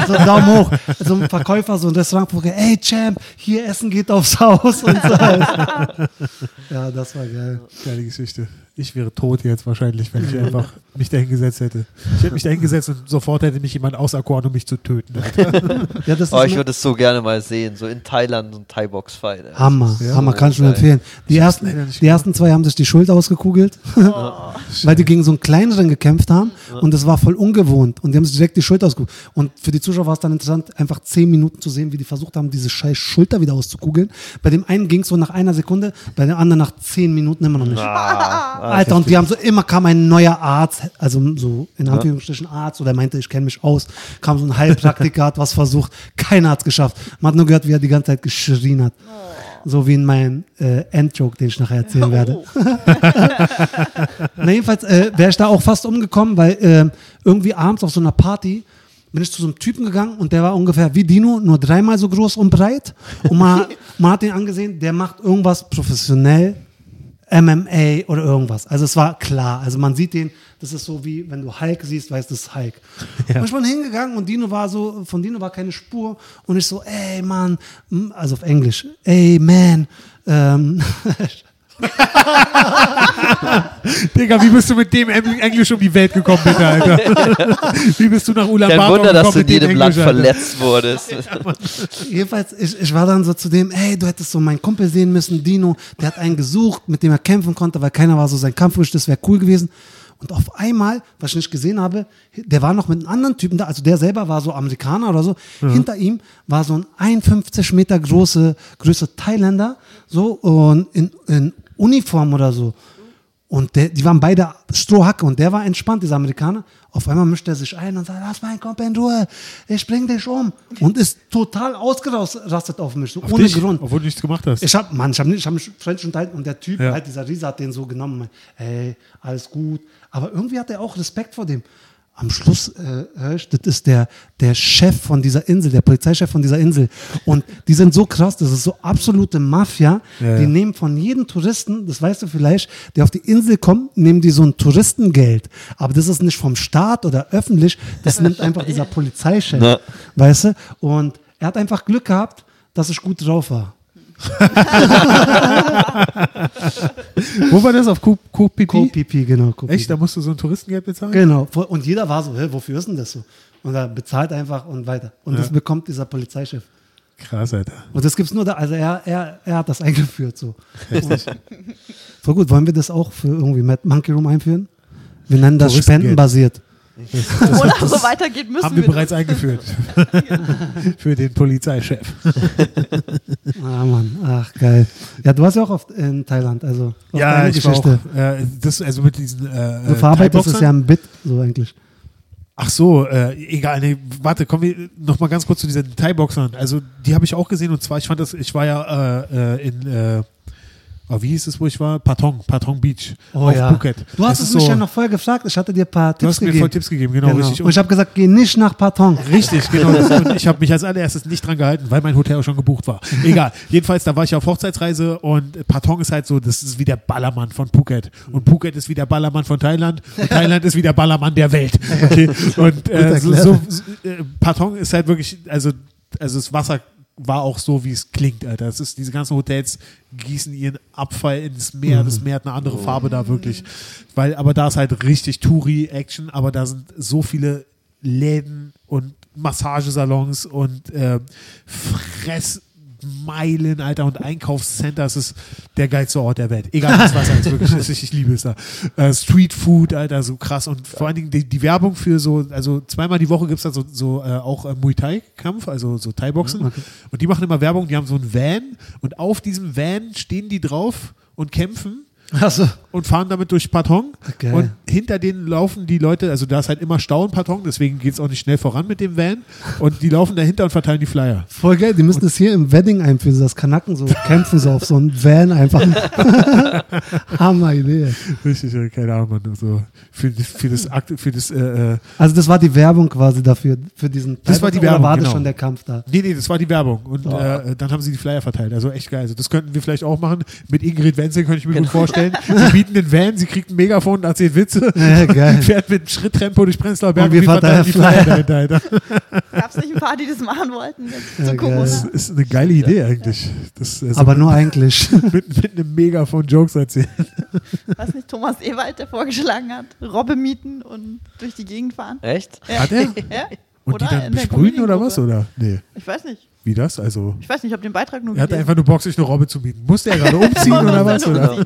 C: so Daumen hoch, so ein Verkäufer, so ein Restaurant, hey Champ, hier Essen geht aufs Haus und so. ja, das war geil.
A: Geile Geschichte. Ich wäre tot jetzt wahrscheinlich, wenn ich einfach mich dahingesetzt hätte. Ich hätte mich dahingesetzt und sofort hätte mich jemand auserkoren, um mich zu töten. Alter.
C: Ja, das
D: Oh,
C: ist
D: ich
C: mir-
D: würde es so gerne mal sehen. So in Thailand, so ein Thai-Box-Fight. ey.
C: Hammer,
A: Ja.
C: Hammer, kann ich nur
D: Geil.
C: empfehlen. Die
A: leider
C: ersten,
A: nicht
C: die ersten zwei haben sich die Schulter ausgekugelt, weil die gegen so einen kleineren gekämpft haben und das war voll ungewohnt und die haben sich direkt die Schulter ausgekugelt. Und für die Zuschauer war es dann interessant, einfach zehn Minuten zu sehen, wie die versucht haben, diese scheiß Schulter wieder auszukugeln. Bei dem einen ging es so nach einer Sekunde, bei dem anderen nach zehn Minuten immer noch nicht.
D: Ah,
C: Alter, und die haben so immer kam ein neuer Arzt, also so in Anführungsstrichen Arzt, oder er meinte, ich kenne mich aus, kam so ein Heilpraktiker, hat was versucht, keiner hat es geschafft. Man hat nur gehört, wie er die ganze Zeit geschrien hat. So wie in meinem äh, Endjoke, den ich nachher erzählen werde.
B: Oh.
C: Na jedenfalls äh, wäre ich da auch fast umgekommen, weil ähm, irgendwie abends auf so einer Party bin ich zu so einem Typen gegangen und der war ungefähr wie Dino, nur dreimal so groß und breit. Und man, man hat ihn angesehen, der macht irgendwas professionell, MMA oder irgendwas. Also es war klar. Also man sieht den, das ist so wie, wenn du Hulk siehst, weißt du, das ist Hulk. Und ich bin hingegangen und Dino war so, von Dino war keine Spur und ich so, ey Mann, m- also auf Englisch, ey man, ähm,
A: Digga, wie bist du mit dem Eng- Englisch um die Welt gekommen, bitte, Alter? Wie bist du nach Ulan
D: Kein
A: Bator
D: Wunder, dass
A: gekommen
D: du in
A: mit dem
D: jedem Land
A: Englisch, Alter?
D: verletzt wurdest.
C: Jedenfalls, ich, ich war dann so zu dem, ey, du hättest so meinen Kumpel sehen müssen, Dino, der hat einen gesucht, mit dem er kämpfen konnte, weil keiner war so sein Kampfwisch, das wäre cool gewesen. Und auf einmal, was ich nicht gesehen habe, der war noch mit einem anderen Typen da, also der selber war so Amerikaner oder so. Hinter ihm war so ein 51 Meter große, größer Thailänder, so, und in, in Uniform oder so. Und der, die waren beide Strohhacke und der war entspannt, dieser Amerikaner. Auf einmal mischt er sich ein und sagt, lass meinen Kumpel in Ruhe, ich bring dich um. Und ist total ausgerastet auf mich, so
A: Auf
C: ohne
A: dich,
C: Grund.
A: Obwohl du nichts gemacht hast.
C: Ich hab, Mann, ich hab, nicht, ich hab mich freundlich unterhalten und der Typ,
A: Ja.
C: halt dieser Riese hat den so genommen, meint, ey, alles gut. Aber irgendwie hat er auch Respekt vor dem. Am Schluss, äh, hör ich, das ist der, der Chef von dieser Insel, der Polizeichef von dieser Insel. Und die sind so krass, das ist so absolute Mafia.
A: Ja,
C: die
A: ja.
C: nehmen von jedem Touristen, das weißt du vielleicht, der auf die Insel kommt, nehmen die so ein Touristengeld. Aber das ist nicht vom Staat oder öffentlich, das nimmt einfach dieser Polizeichef.
D: Na.
C: Weißt du? Und er hat einfach Glück gehabt, dass ich gut drauf war.
A: Wo war das? Auf Ko- Koh Phi Phi?
C: Co-PP, genau. Co
A: Echt? Da musst du so ein Touristengeld bezahlen?
C: Genau. Vor- Und jeder war so, Hä, wofür ist denn das so? Und er bezahlt einfach und weiter. Und das
A: Ja.
C: bekommt dieser Polizeichef.
A: Krass, Alter.
C: Und das gibt's nur da. Also er, er, er hat das eingeführt so. Und, voll gut. Wollen wir das auch für irgendwie Mad Monkey Room einführen? Wir nennen das
A: Touristengeld.
C: spendenbasiert.
B: Oder so weitergeht, müssen
A: Haben wir
B: das.
A: bereits eingeführt. Für den Polizeichef.
C: Ah Mann, ach geil. Ja, du warst ja auch oft in Thailand, also auf
A: Ja,
C: deine
A: ich war auch, äh, das, also mit diesen äh,
C: Du
A: äh,
C: verarbeitest es
A: Thai-Boxern.
C: ja ein Bit, so eigentlich.
A: Ach so, äh, egal, nee, warte, kommen wir noch mal ganz kurz zu diesen Thai-Boxern. Also die habe ich auch gesehen und zwar, ich fand das, ich war ja äh, äh, in äh, Aber wie hieß es, wo ich war? Patong, Patong Beach auf Phuket.
C: Oh Du
A: Das
C: hast es
A: ist
C: mich
A: so-
C: ja noch vorher gefragt. Ich hatte dir ein paar
A: Du
C: Tipps
A: hast mir
C: gegeben.
A: voll Tipps gegeben, genau, richtig.
C: Und ich habe gesagt, geh nicht nach Patong.
A: Richtig, genau. Und ich habe mich als allererstes nicht dran gehalten, weil mein Hotel auch schon gebucht war. Egal. Jedenfalls, da war ich auf Hochzeitsreise und Patong ist halt so, das ist wie der Ballermann von Phuket. Und Phuket ist wie der Ballermann von Thailand. Und Thailand ist wie der Ballermann der Welt. Okay. Und äh,
C: erklärt.
A: so, so, so, äh, Patong ist halt wirklich, also, also das Wasser war auch so, wie es klingt, Alter. Das ist, diese ganzen Hotels gießen ihren Abfall ins Meer. Das Meer hat eine andere Farbe da wirklich. Weil, aber da ist halt richtig Touri-Action, aber da sind so viele Läden und Massagesalons und äh, Fressmeilen, Alter, und Einkaufscenter. Das ist der geilste Ort der Welt. Egal, was Wasser ist wirklich. ist, ich, ich liebe es da. Äh, Street Food, Alter, so krass. Und vor allen Dingen die, die Werbung für so, also zweimal die Woche gibt es da so, so äh, auch äh, Muay Thai-Kampf, also so Thai-Boxen. Und die machen immer Werbung, die haben so einen Van und auf diesem Van stehen die drauf und kämpfen
C: Also,
A: und fahren damit durch Patong.
C: Geil.
A: Und hinter denen laufen die Leute, also da ist halt immer Stau in Patong, deswegen geht es auch nicht schnell voran mit dem Van. Und die laufen dahinter und verteilen die Flyer.
C: voll geil. Die müssen das hier im Wedding einführen, dass Kanaken so kämpfen, so auf so einen Van einfach. Hammer Idee.
A: Richtig, äh, keine Ahnung, Mann. So für, für das Akt, für das, äh, äh,
C: Also, das war die Werbung quasi dafür, für diesen
A: Das war die
C: Oder
A: Werbung,
C: war das
A: genau.
C: schon der Kampf da?
A: Nee, nee, das war die Werbung. Und
C: Oh.
A: äh, dann haben sie die Flyer verteilt. Also echt geil. Also das könnten wir vielleicht auch machen. Mit Ingrid Wenzel könnte ich mir gut vorstellen. Sie bieten den Van, sie kriegt ein Megafon und erzählt Witze.
C: Ja, geil.
A: Fährt mit Schritttempo durch Prenzlauer Berg
C: Und wir verteilen
A: die Flyer
C: Flyer.
A: dahinter. Alter.
B: Gab es nicht ein paar, die das machen wollten jetzt
C: Ja,
B: zu
C: geil.
A: Das
B: Corona?
A: ist eine geile Idee eigentlich. Das, also
C: Aber nur eigentlich.
A: mit, mit einem Megafon Jokes erzählen.
B: Weiß nicht, Thomas Ewald, der vorgeschlagen hat, Robbe mieten und durch die Gegend fahren.
D: Echt?
B: Ja.
A: Hat er?
B: Ja?
A: Und
B: Oder
A: die dann
B: in der
A: besprühen oder
B: Comedian-Gruppe.
A: was? Oder? Nee.
B: Ich weiß nicht.
A: Wie das? Also.
B: Ich weiß nicht, ich habe den Beitrag nur
A: Er hatte
B: gelesen.
A: einfach nur Bock, sich eine Robbe zu mieten. Musste er gerade umziehen oder was?
D: Genau.
A: Oder?
C: Wir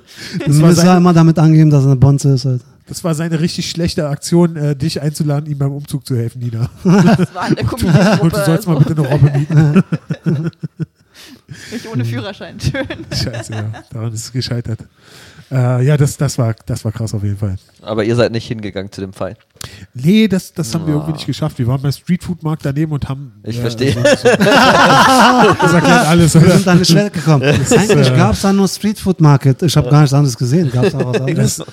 A: war
C: müssen
A: seine-
C: immer damit angeben, dass es eine Bonze ist. Halt.
A: Das war seine richtig schlechte Aktion, äh, dich einzuladen, ihm beim Umzug zu helfen, Nina.
B: Das war in
A: Und
B: der
A: du
B: Comedian-Gruppe.
A: sollst mal bitte eine Robbe mieten.
B: Nicht ohne Führerschein. Schön.
A: Scheiße, ja. Daran ist es gescheitert. Äh, ja, das, das, war, das war krass auf jeden Fall.
D: Aber ihr seid nicht hingegangen zu dem Fight.
A: Nee, das, das haben wir irgendwie
D: Ah.
A: nicht geschafft. Wir waren beim Streetfood-Markt daneben und haben. äh, also,
D: Ich
A: ja,
D: verstehe.
A: so- so- Das erklärt alles.
C: Wir
A: Oder?
C: sind an die Schwelle gekommen. Eigentlich
A: äh,
C: gab es da nur Street Food Market. Ich habe gar nichts anderes gesehen. Gab es da was
A: Ey,
C: anderes?
A: das,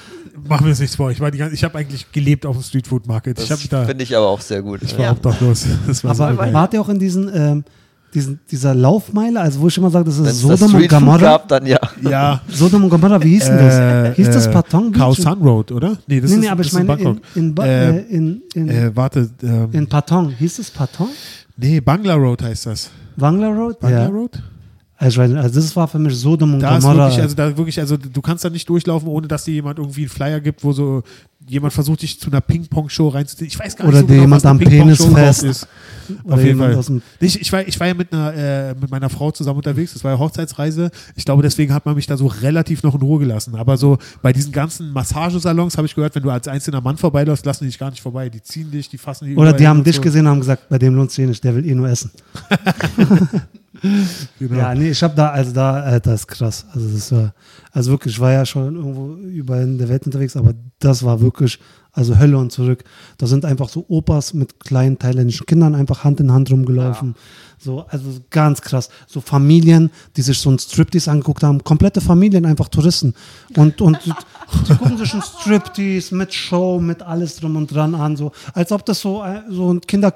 A: machen wir uns nichts vor. Ich, war die ganze- ich habe eigentlich gelebt auf dem Streetfood-Market. Ich
D: Das
A: habe da.
D: finde ich aber auch sehr gut.
A: Ich war
B: Ja.
A: obdachlos. Das war
C: Aber
A: super geil.
C: wart ihr auch in diesen, ähm, diesen, dieser Laufmeile? Also, wo ich immer sage, das ist
D: Wenn es das
C: Sodom und
D: Street Food
C: Gomorra.
D: gab, dann ja.
A: Ja.
C: Sodom und Gomorra, wie hieß denn das? Hieß das Patong
A: Äh, Khao
C: Beach?
A: San Road, oder? Nee, das
C: nee,
A: ist,
C: nee, aber
A: das
C: ich
A: ist in
C: meine in,
A: Bangkok.
C: in, Ba-
A: Äh,
C: äh, in, in,
A: äh, warte. Ähm,
C: in Patong. Hieß es Patong?
A: nee, Bangla Road heißt das.
C: Bangla Road?
A: Bangla
C: Ja.
A: Road?
C: Also, ich weiß nicht, also das war für mich Sodom und
A: Da ist
C: Gomorra.
A: wirklich, also da wirklich, also du kannst da nicht durchlaufen, ohne dass dir jemand irgendwie einen Flyer gibt, wo so jemand versucht, dich zu einer Ping-Pong-Show reinzuziehen. Ich weiß gar nicht,
C: Oder
A: so genau,
C: dir jemand
A: was eine
C: am
A: Ping-Pong-Show
C: Penis
A: überhaupt
C: fest.
A: ist.
C: Oder
A: Auf jeden
C: jemand
A: Fall.
C: aus dem-
A: ich, ich, war, ich war ja mit, einer, äh, mit meiner Frau zusammen unterwegs, das war ja Hochzeitsreise. Ich glaube, deswegen hat man mich da so relativ noch in Ruhe gelassen. Aber so bei diesen ganzen Massagesalons habe ich gehört, wenn du als einzelner Mann vorbeiläufst, lassen die dich gar nicht vorbei. Die ziehen dich, die fassen die
C: Oder
A: überall
C: die haben
A: und
C: dich
A: so.
C: gesehen und haben gesagt, bei dem lohnt es sich nicht, der will eh nur essen.
A: Genau.
C: Ja, nee, ich habe da, also da, Alter, ist krass. Also das war, also wirklich, ich war ja schon irgendwo überall in der Welt unterwegs, aber das war wirklich, also Hölle und zurück. Da sind einfach so Opas mit kleinen thailändischen Kindern einfach Hand in Hand rumgelaufen. So, also ganz krass. So Familien, die sich so ein Striptease angeguckt haben, komplette Familien, einfach Touristen. Und, und die gucken sich ein Striptease mit Show, mit alles drum und dran an, so, als ob das so, äh, so ein Kinder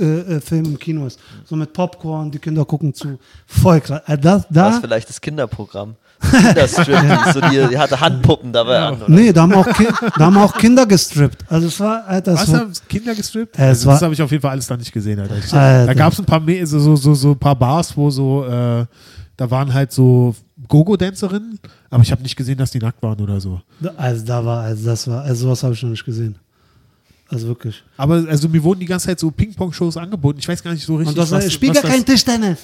C: äh, äh, Film im Kino ist. So mit Popcorn, die Kinder gucken zu. Voll krass. Äh, da,
D: Das
C: da,
D: vielleicht das Kinderprogramm. Das Kinderstrip, so die, die hatte Handpuppen dabei an. Oder?
C: nee, da haben, auch Ki- da haben auch Kinder gestrippt. Also es war, Alter, es
A: Was
C: war,
A: haben Kinder gestrippt?
C: Äh, es
A: also,
C: war-
A: das habe ich auf jeden Fall alles da nicht gesehen, Alter. Ich,
C: Alter.
A: Da gab es ein paar Me- so, so, so, so ein paar Bars, wo so, äh, da waren halt so Gogo-Tänzerinnen, aber ich habe nicht gesehen, dass die nackt waren oder so.
C: also da war, also das war, also sowas habe ich noch nicht gesehen. Also wirklich.
A: Aber also mir wurden die ganze Zeit so Ping-Pong-Shows angeboten. Ich weiß gar nicht so richtig,
C: Und das war, spiel gar
A: das-
C: kein Tischtennis.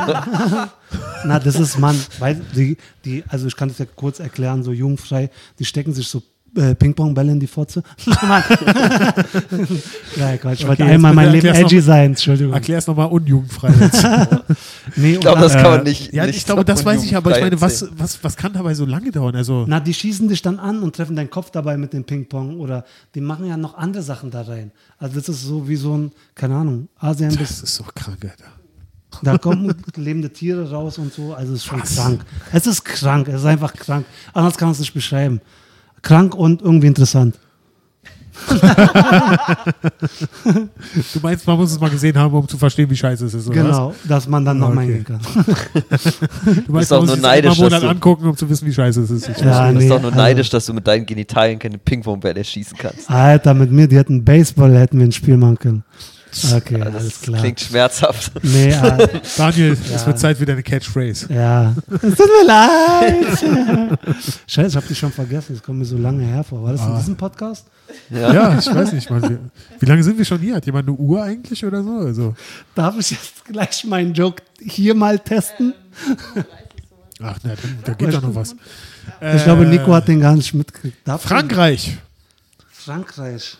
C: Na, das ist Mann, weil die, die, also ich kann das ja kurz erklären, so jungfrei, die stecken sich so äh, Ping-Pong-Bälle in die Fotze. Mann. ja, Quatsch, ich wollte
A: jetzt
C: einmal
A: bitte
C: mein Leben
A: erklär's noch-
C: edgy sein, Entschuldigung.
A: Erklär's nochmal unjugendfrei. jetzt. Äh,
C: Nee, und
D: Ich glaube,
C: dann-
D: das kann man nicht.
A: ja,
D: nicht
A: ich glaube, das
D: von
A: weiß ich, aber ich
D: Jugendfrei
A: meine, was,
D: erzählen.
A: was, was kann dabei so lange dauern? Also,
C: Na, die schießen dich dann an und treffen deinen Kopf dabei mit dem Ping-Pong oder die machen ja noch andere Sachen da rein. Also das ist so wie so ein, keine Ahnung, Asien bis
A: das ist so krank, Alter. Doch.
C: Da kommen lebende Tiere raus und so. Also es ist schon
A: Krass.
C: krank. Es ist krank. Es ist einfach krank. Anders kann man es nicht beschreiben. Krank und irgendwie interessant.
A: Du meinst, man muss es mal gesehen haben, um zu verstehen, wie scheiße es ist, oder
C: Genau, dass man dann noch
A: Okay.
C: mal hingehen kann.
A: was? Du meinst,
D: auch
A: man muss
D: nur
A: es einmal
D: neidisch,
A: im Monat
D: dass du-
A: angucken, um zu wissen, wie scheiße es ist. Ich
C: Ja,
D: du bist
C: nee,
D: doch nur
C: also-
D: neidisch, dass du mit deinen Genitalien keine Pingpongbälle schießen kannst.
C: Alter, mit mir, die hätten Baseball, hätten wir ein Spiel machen können. Okay,
D: Also
C: alles
D: das
C: klar.
D: klingt schmerzhaft.
C: Nee, ah,
A: Daniel, es
C: Ja.
A: wird Zeit für deine Catchphrase.
C: ja. Es tut mir leid. Scheiße, ich hab dich schon vergessen. Das kommt mir so lange hervor. War das in
A: Ah.
C: diesem Podcast?
D: Ja.
A: Ja, ich weiß nicht, man, wir, wie lange sind wir schon hier? Hat jemand eine Uhr eigentlich oder so? Also,
C: Darf ich jetzt gleich meinen Joke hier mal testen?
A: ach, na, da, da geht doch noch was. Äh,
C: ich glaube, Nico hat den gar nicht mitgekriegt. Darf
A: Frankreich.
C: Frankreich.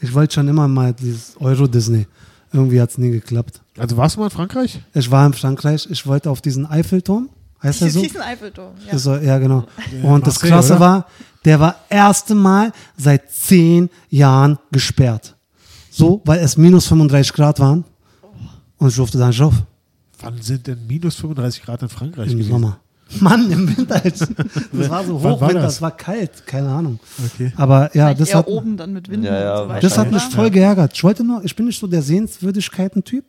C: Ich wollte schon immer mal dieses Euro-Disney. Irgendwie hat es nie geklappt.
A: Also warst du mal in Frankreich?
C: Ich war in Frankreich, ich wollte auf diesen Eiffelturm. Heißt er so?
B: Diesen Eiffelturm. Ja.
C: Das war- Ja, genau. Und das
A: Marseille,
C: Krasse
A: oder?
C: war, der war erste Mal seit zehn Jahren gesperrt. So, weil es minus 35 Grad waren.
B: Oh.
C: Und ich durfte da nicht rauf
A: Wann sind denn minus 35 Grad in Frankreich
C: im
A: gewesen?
C: Sommer. Mann, im Winter. jetzt. Das war so
A: Wann
C: hoch,
A: war
C: Winter,
A: das?
C: es war kalt, keine Ahnung.
A: Okay.
C: Aber ja,
B: Vielleicht
C: das
B: eher
C: hat,
B: oben dann mit Winden
D: Ja, ja,
B: und so weiter.
C: das hat mich
B: oder?
C: voll geärgert. Ich wollte nur, ich bin nicht so der Sehenswürdigkeiten-Typ.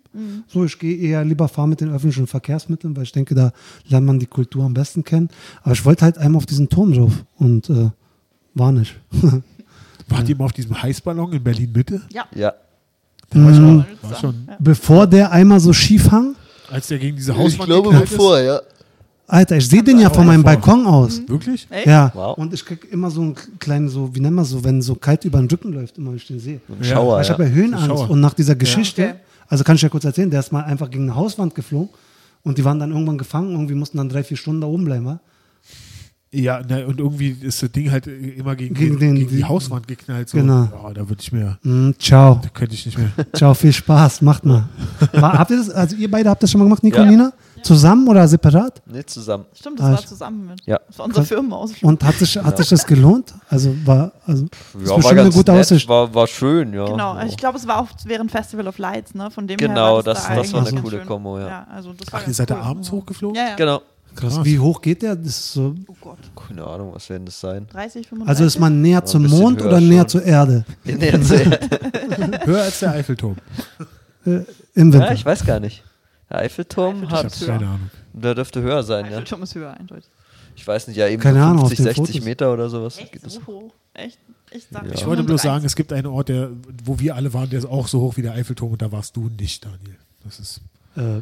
C: So, ich gehe eher lieber fahren mit den öffentlichen Verkehrsmitteln, weil ich denke, da lernt man die Kultur am besten kennen. Aber ich wollte halt einmal auf diesen Turm drauf und äh, war nicht.
A: Wart ihr mal auf diesem Heißballon in Berlin-Mitte?
B: Ja.
D: Ja.
A: Da war ich
C: Mhm.
A: auch- war schon,
C: Bevor der einmal so schief hang,
A: als der gegen diese Hauswand geknallt ist.
D: ja.
C: Alter, ich sehe den ja von meinem
A: vor.
C: Balkon aus.
A: Wirklich?
B: Echt?
C: Ja,
D: Wow.
C: und ich krieg immer so einen kleinen, so, wie nennt man so, wenn so kalt über den Rücken läuft, immer wenn ich den sehe.
D: Ein Schauer,
C: Weil ich
D: ja.
C: habe ja Höhenangst
A: Schauer.
C: und nach dieser Geschichte,
B: Okay.
C: also kann ich ja kurz erzählen, der ist mal einfach gegen eine Hauswand geflogen und die waren dann irgendwann gefangen, irgendwie mussten dann drei, vier Stunden da oben bleiben, wa?
A: Ja, na, und irgendwie ist das Ding halt immer gegen, den,
C: Gegen den-
A: gegen die
C: die-
A: Hauswand geknallt. So.
C: Genau.
A: Ja, da würde ich mir,
C: Mm, ciao,
A: da könnte ich nicht mehr.
C: ciao, viel Spaß, macht mal. War, habt ihr das, also ihr beide habt das schon mal gemacht, Nico
D: Ja.
C: und Nina? Zusammen oder separat?
D: Nicht zusammen.
B: Stimmt, das
C: Ah,
B: war
C: ich-
B: zusammen mit.
D: Ja.
B: Das war unser
C: Krass. Oh.
B: Firmenausflug.
C: Und hat sich, hat sich das gelohnt? Also war, also, das ist
D: Ja, war
C: bestimmt eine
D: ganz
C: gute
D: nett,
C: Aussicht.
D: War, war schön, ja.
B: Genau,
D: Ja.
B: ich glaube, es war auch während Festival of Lights, ne? Von dem
D: Oh. Genau,
B: her war das,
D: das-
B: da
D: das war
B: eigentlich
C: eine
B: ganz
D: coole
B: schön.
D: Kombo, ja.
B: also das war
A: Ach, ihr
B: ganz
A: seid da
B: cool.
A: abends hochgeflogen? Ah,
B: Ja, ja.
D: Genau.
C: Krass, wie hoch geht der? Das ist so,
B: Oh Gott,
D: Keine Ahnung, was werden das sein?
B: 30, 35.
C: also ist man näher zum
D: bisschen
C: Mond
D: höher
C: oder näher
D: schon.
C: zur Erde?
D: Wir nähern uns der-
A: Höher als der Eiffelturm.
C: Im Winter.
D: ja, ich weiß gar nicht. Der Eiffelturm
A: Ich
D: hat,
A: habe keine Ahnung.
D: der dürfte höher sein, ja.
B: Eiffelturm ist höher eindeutig.
D: Ich weiß nicht, ja eben
C: Keine
D: so
C: Ahnung, auf
D: 50,
C: den
D: 60
C: Fotos.
D: Meter oder sowas.
B: Echt
D: Geht das?
B: so hoch. Echt? Ich, sag,
D: Ja.
A: Ich wollte bloß sagen, es gibt einen Ort, der, wo wir alle waren, der ist auch so hoch wie der Eiffelturm und da warst du nicht, Daniel. Das ist.
C: Äh,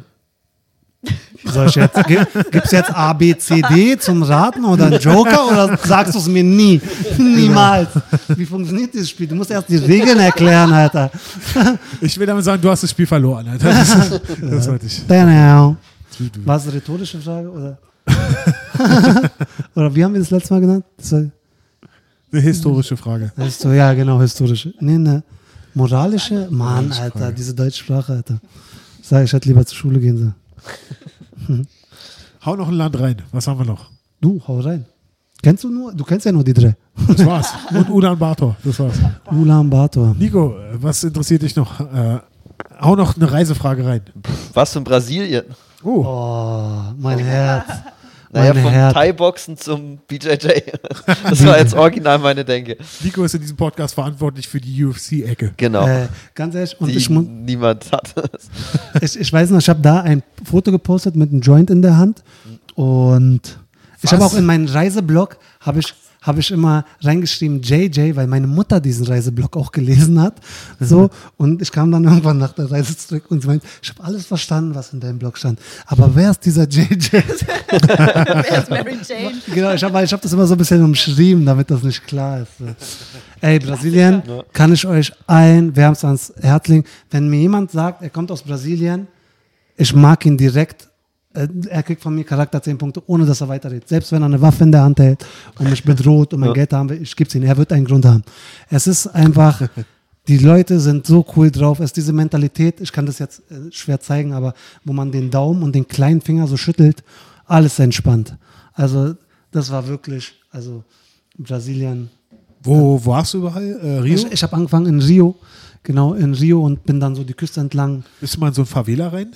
C: soll ich jetzt, gibt es jetzt A, B, C, D zum Raten oder einen Joker oder sagst du es mir nie? Niemals. Wie funktioniert dieses Spiel? Du musst erst die Regeln erklären, Alter.
A: Ich will damit sagen, du hast das Spiel verloren, Alter. Das, das wollte ich.
C: Genau.
A: Du- du-
C: War es eine rhetorische Frage oder? oder wie haben wir das letzte Mal genannt? Das war,
A: Eine historische Frage.
C: das ist so, ja, genau, historische. Nee, ne. Moralische? Mann, Alter, diese deutsche Sprache, Alter. Ich sage, ich hätte lieber zur Schule gehen sollen.
A: Hau noch ein Land rein. Was haben wir noch?
C: Du, hau rein. Kennst du nur? Du kennst ja nur die drei.
A: Das war's. Und Ulan Bator. Das war's.
C: Ulan Bator.
A: Nico, was interessiert dich noch? Äh, hau noch eine Reisefrage rein.
D: Was in Brasilien?
A: Oh,
C: Oh, mein Herz.
D: Naja,
C: mein
D: vom
C: Herz.
D: Thai-Boxen zum BJJ. Das war jetzt original meine Denke.
A: Nico ist in diesem Podcast verantwortlich für die UFC-Ecke.
D: Genau.
C: Äh, ganz ehrlich, und
D: die
C: ich, mu-
D: niemand hat.
C: ich, ich weiß noch, ich habe da ein Foto gepostet mit einem Joint in der Hand. Und ich habe
A: Was?
C: auch in meinen Reiseblog, habe ich, habe ich immer reingeschrieben JJ, weil meine Mutter diesen Reiseblog auch gelesen hat. So, und ich kam dann irgendwann nach der Reise zurück und sie meinte, ich habe alles verstanden, was in deinem Blog stand. Aber wer ist dieser JJ?
B: Wer ist Mary Jane?
C: Genau, ich habe ich hab das immer so ein bisschen umschrieben, damit das nicht klar ist. Ey, Brasilien kann ich euch allen wärmstens ans Herz legen. Wenn mir jemand sagt, er kommt aus Brasilien, ich mag ihn direkt. Äh, Er kriegt von mir Charakter 10 Punkte, ohne dass er weiterredet. Selbst wenn er eine Waffe in der Hand hält und mich bedroht und mein Geld haben will, ich gebe es ihm. Er wird einen Grund haben. Es ist einfach, die Leute sind so cool drauf. Es ist diese Mentalität, ich kann das jetzt äh, schwer zeigen, aber wo man den Daumen und den kleinen Finger so schüttelt, alles entspannt. Also, das war wirklich, also Brasilien.
A: Wo warst du überall? Äh, Rio?
C: Ich, ich habe angefangen in Rio, genau in Rio und bin dann so die Küste entlang.
A: Bist du mal in so ein Favela rein?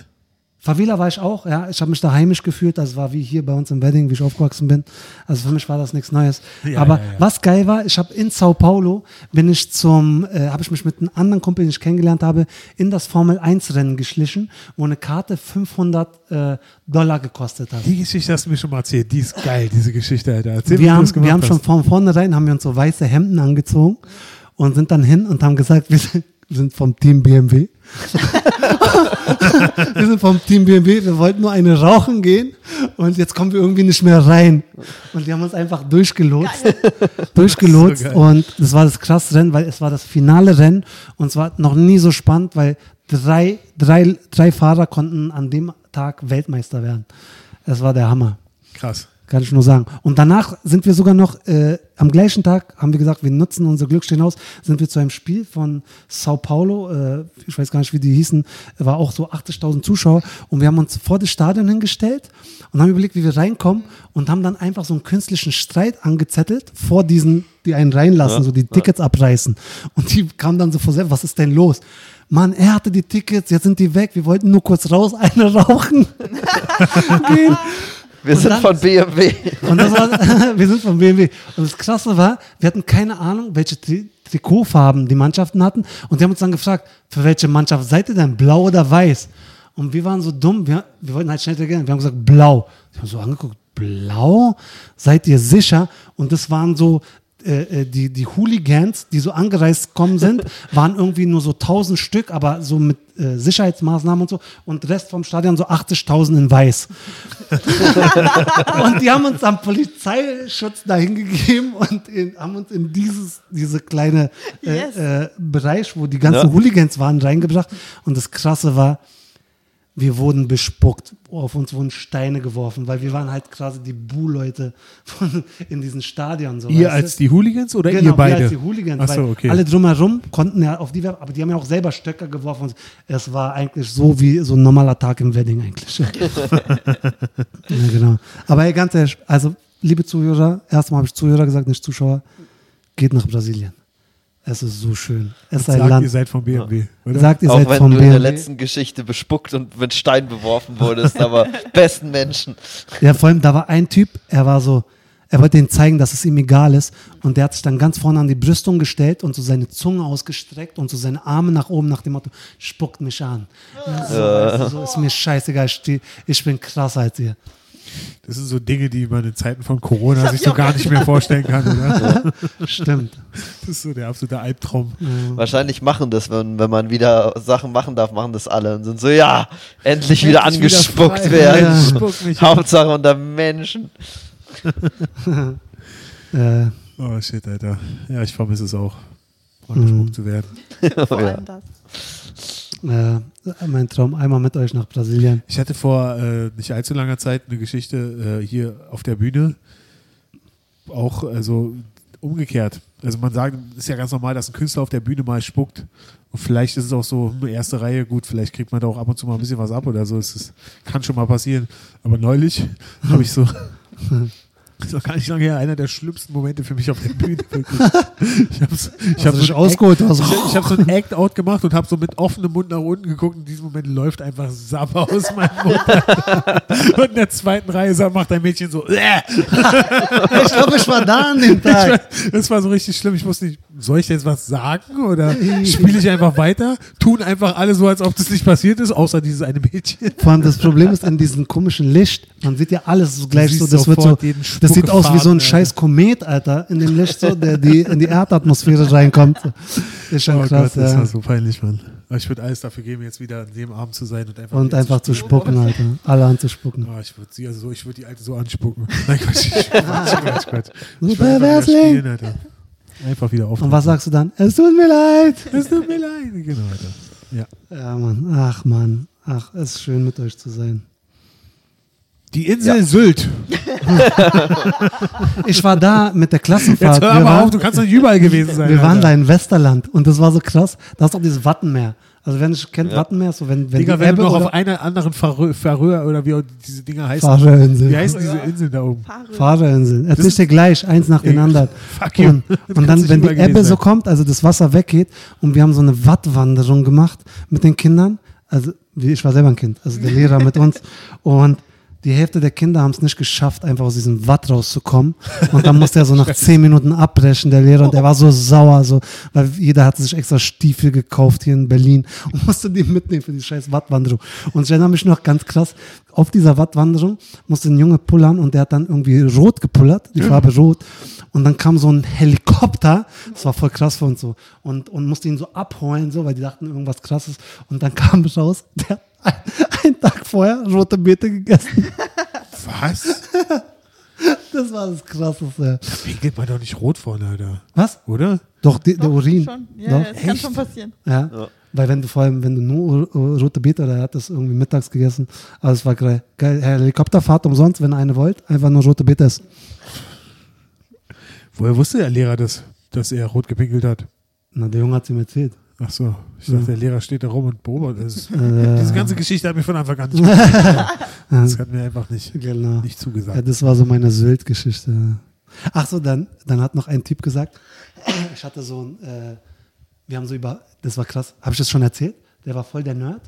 C: Favela war ich auch, ja. Ich habe mich da heimisch gefühlt. Das war wie hier bei uns im Wedding, wie ich aufgewachsen bin. Also für mich war das nichts Neues.
A: Ja,
C: Aber
A: ja, ja.
C: was geil war, ich habe in Sao Paulo bin ich zum, äh, habe ich mich mit einem anderen Kumpel, den ich kennengelernt habe, in das Formel 1 Rennen geschlichen, wo eine Karte 500 äh, Dollar gekostet hat.
A: Die Geschichte hast du mir schon mal erzählt. Die ist geil, diese Geschichte, Alter. Erzähl, wie
C: wir
A: du
C: haben,
A: das gemacht
C: wir haben schon
A: hast.
C: von vornherein haben wir uns so weiße Hemden angezogen und sind dann hin und haben gesagt, wir sind, wir sind vom Team BMW. wir sind vom Team BMW, wir wollten nur eine rauchen gehen und jetzt kommen wir irgendwie nicht mehr rein. Und die haben uns einfach durchgelotst. durchgelotst
A: So geil.
C: und das war das krasse Rennen, weil es war das finale Rennen und es war noch nie so spannend, weil drei, drei, drei Fahrer konnten an dem Tag Weltmeister werden. Es war der Hammer.
A: Krass.
C: Kann ich nur sagen. Und danach sind wir sogar noch, äh, am gleichen Tag haben wir gesagt, wir nutzen unser Glück stehen aus, sind wir zu einem Spiel von Sao Paulo, äh, ich weiß gar nicht, wie die hießen, war auch so 80.000 Zuschauer und wir haben uns vor das Stadion hingestellt und haben überlegt, wie wir reinkommen und haben dann einfach so einen künstlichen Streit angezettelt vor diesen, die einen reinlassen,
D: Ja,
C: so die Tickets abreißen. Und die kamen dann so vor selbst, was ist denn los? Mann, er hatte die Tickets, jetzt sind die weg, wir wollten nur kurz raus, eine rauchen. gehen.
D: Wir
C: Und
D: sind
C: dann-
D: von BMW.
C: Und das war, wir sind vom BMW. Und das Krasse war, wir hatten keine Ahnung, welche Tri Trikotfarben die Mannschaften hatten. Und die haben uns dann gefragt, für welche Mannschaft seid ihr denn, blau oder weiß? Und wir waren so dumm, wir, wir wollten halt schnell reagieren. Wir haben gesagt, blau. Die haben so angeguckt, blau? Seid ihr sicher? Und das waren so, äh, äh, die, die Hooligans, die so angereist kommen sind, waren irgendwie nur so 1000 Stück, aber so mit äh, Sicherheitsmaßnahmen und so. Und Rest vom Stadion so 80.000 in weiß. Und die haben uns am Polizeischutz dahin gegeben und in, haben uns in dieses, diese kleine äh,
B: Yes.
C: äh, Bereich, wo die ganzen
D: Ja.
C: Hooligans waren, reingebracht. Und das Krasse war, wir wurden bespuckt. Auf uns wurden Steine geworfen, weil wir waren halt quasi die Bu-Leute von- in diesen Stadion. So,
A: Ihr
C: weißt
A: als
C: du?
A: die Hooligans oder
C: genau,
A: ihr beide?
C: Wir als die Hooligans,
A: Ach so,
C: weil
A: okay.
C: alle drumherum konnten ja auf die Werbe, aber die haben ja auch selber Stöcker geworfen. und Es war eigentlich so wie so ein normaler Tag im Wedding eigentlich. ja, genau. Aber ey, ganz ehrlich, also liebe Zuhörer, erstmal habe ich Zuhörer gesagt, nicht Zuschauer, geht nach Brasilien. Es ist so schön. Es ist ein
A: Sagt, ihr
C: Land.
A: seid von BMW, oder?
C: Sagt, ihr
D: Auch
C: seid
D: wenn
C: vom
D: du in der
C: BMW.
D: letzten Geschichte bespuckt und mit Stein beworfen wurdest, aber besten Menschen.
C: Ja, vor allem, da war ein Typ, er war so, er wollte denen zeigen, dass es ihm egal ist. Und der hat sich dann ganz vorne an die Brüstung gestellt und so seine Zunge ausgestreckt und so seine Arme nach oben nach dem Motto, spuckt mich an. So, weißt du, so ist mir scheißegal, ich steh- ich bin krasser als ihr.
A: Das sind so Dinge, die man in Zeiten von Corona
B: Das hab
A: sich
B: ich
A: so
B: auch
A: gar nicht mehr vorstellen kann, oder?
C: Stimmt.
A: Das ist so der absolute Albtraum.
D: Mhm. Wahrscheinlich machen das, wenn, wenn man wieder Sachen machen darf, machen das alle und sind so, ja, endlich wieder
A: Endlich wieder
D: angespuckt
A: frei.
D: werden.
A: Ja, spuck mich an.
D: Hauptsache unter Menschen.
C: Äh,
A: Oh shit, Alter. Ja, ich vermisse es auch, angespuckt zu werden.
B: Vor
D: ja.
B: allem das.
C: äh, mein Traum, einmal mit euch nach Brasilien.
A: Ich hatte vor äh, nicht allzu langer Zeit eine Geschichte äh, hier auf der Bühne. Auch also umgekehrt. Also man sagt, es ist ja ganz normal, dass ein Künstler auf der Bühne mal spuckt. Und vielleicht ist es auch so, hm, erste Reihe, gut, vielleicht kriegt man da auch ab und zu mal ein bisschen was ab oder so. Es ist, kann schon mal passieren. Aber neulich habe ich so. Das ist noch gar nicht lange her, einer der schlimmsten Momente für mich auf der Bühne. Wirklich. Ich habe ich hab
C: Hast du dich
A: so ein
C: ausgeholt? Also,
A: ich, ich habe so ein Act-Out gemacht und habe so mit offenem Mund nach unten geguckt. In diesem Moment läuft einfach Sapper aus meinem Mund. und in der zweiten Reihe sagt- macht ein Mädchen so. "Äh."
C: ich glaube, ich war da an dem
A: Ich
C: Tag.
A: war- Das war so richtig schlimm. Ich wusste nicht, soll ich jetzt was sagen oder spiele ich einfach weiter? Tun einfach alle so, als ob das nicht passiert ist, außer dieses eine Mädchen.
C: Vor allem das Problem ist an diesem komischen Licht, man sieht ja alles so gleich so,
A: siehst
C: das wird so,
A: sofort jeden
C: das sieht aus wie so ein
A: Spuckefaden,
C: scheiß Komet, Alter, in dem Licht so, der die, in die Erdatmosphäre reinkommt. Ist schon
A: Oh
C: krass,
A: Gott, das
C: ja.
A: war so peinlich, Mann. Aber ich würde alles dafür geben, jetzt wieder an dem Abend zu sein und einfach.
C: Und
A: wieder
C: einfach zu spucken, Alter. Alle anzuspucken.
A: Ah, ich würde sie also so, ich würde die alte so anspucken. Nein, Quatsch, Quatsch, Quatsch, Quatsch.
C: Du
A: Ich will einfach wieder
C: Perversling!
A: spielen, Alter. Einfach wieder auf.
C: Und was sagst du dann? Es tut mir leid.
A: Es tut mir leid. Genau, Alter. Ja.
C: Ja, Mann. Ach, Mann. Ach, es ist schön mit euch zu sein.
A: Die Insel Sylt.
C: Ich war da mit der Klassenfahrt.
A: Jetzt hör
C: Wir
A: mal
C: waren-
A: auf, du kannst doch nicht überall gewesen sein.
C: Wir waren
A: Alter.
C: da in Westerland und das war so krass. Da ist doch dieses Wattenmeer. Also wenn ich kennt
D: Ja.
C: Wattenmeer, so wenn, wenn
A: Digga,
C: die
A: wenn du
C: Ebbe
A: noch
C: oder-
A: auf einer anderen Färö- Färöer oder wie auch diese Dinger heißen.
C: Fahrerinseln.
A: Wie heißen diese Inseln da oben?
B: Fahre.
C: Fahrerinseln. Es
A: Das
C: ist ja gleich, eins nach den
A: Ey,
C: anderen.
A: fuck you.
C: Genau. Und,
A: Das
C: und
A: kannst
C: dann,
A: du
C: wenn die
A: nicht mal
C: Ebbe
A: gewesen
C: so
A: sein.
C: kommt, also das Wasser weggeht, und wir haben so eine Wattwanderung gemacht mit den Kindern. Also wie- ich war selber ein Kind, also der Lehrer mit uns. Und die Hälfte der Kinder haben es nicht geschafft, einfach aus diesem Watt rauszukommen. Und dann musste er so nach zehn Minuten abbrechen, der Lehrer. Und er war so sauer, so, weil jeder hatte sich extra Stiefel gekauft hier in Berlin und musste die mitnehmen für die scheiß Wattwanderung. Und ich erinnere mich noch ganz krass, auf dieser Wattwanderung musste ein Junge pullern und der hat dann irgendwie rot gepullert, die Farbe rot. Und dann kam so ein Helikopter, das war voll krass für uns so, und, und musste ihn so abholen, so, weil die dachten irgendwas krasses. Und dann kam ich raus, der hat ein- einen Tag vorher rote Beete gegessen.
A: Was?
C: Das war das Krasseste.
A: Pinkelt man doch nicht rot vorne, Alter.
C: Was?
A: Oder?
C: Doch, die, der Urin.
B: Schon. Ja,
C: Doch.
B: das kann
A: Echt?
B: schon passieren.
C: Ja.
D: Ja.
C: Weil wenn du vor allem, wenn du nur äh, rote Beete oder er hat das irgendwie mittags gegessen, aber es war geil. geil. Helikopterfahrt umsonst, wenn ihr eine wollt, einfach nur rote Beete essen.
A: Woher wusste der Lehrer das, dass er rot gepinkelt hat?
C: Na, der Junge hat ihm erzählt.
A: Ach so, ich dachte,
C: Ja.
A: der Lehrer steht da rum und beobachtet es.
C: Äh.
A: Diese ganze Geschichte hat mir von Anfang an nicht gefallen. Das hat mir einfach nicht,
C: Genau.
A: nicht
C: Ja,
A: zugesagt.
C: das war so meine Sylt-Geschichte. Ach so, dann, dann hat noch ein Typ gesagt, ich hatte so ein, äh, wir haben so über, das war krass, habe ich das schon erzählt? Der war voll der Nerd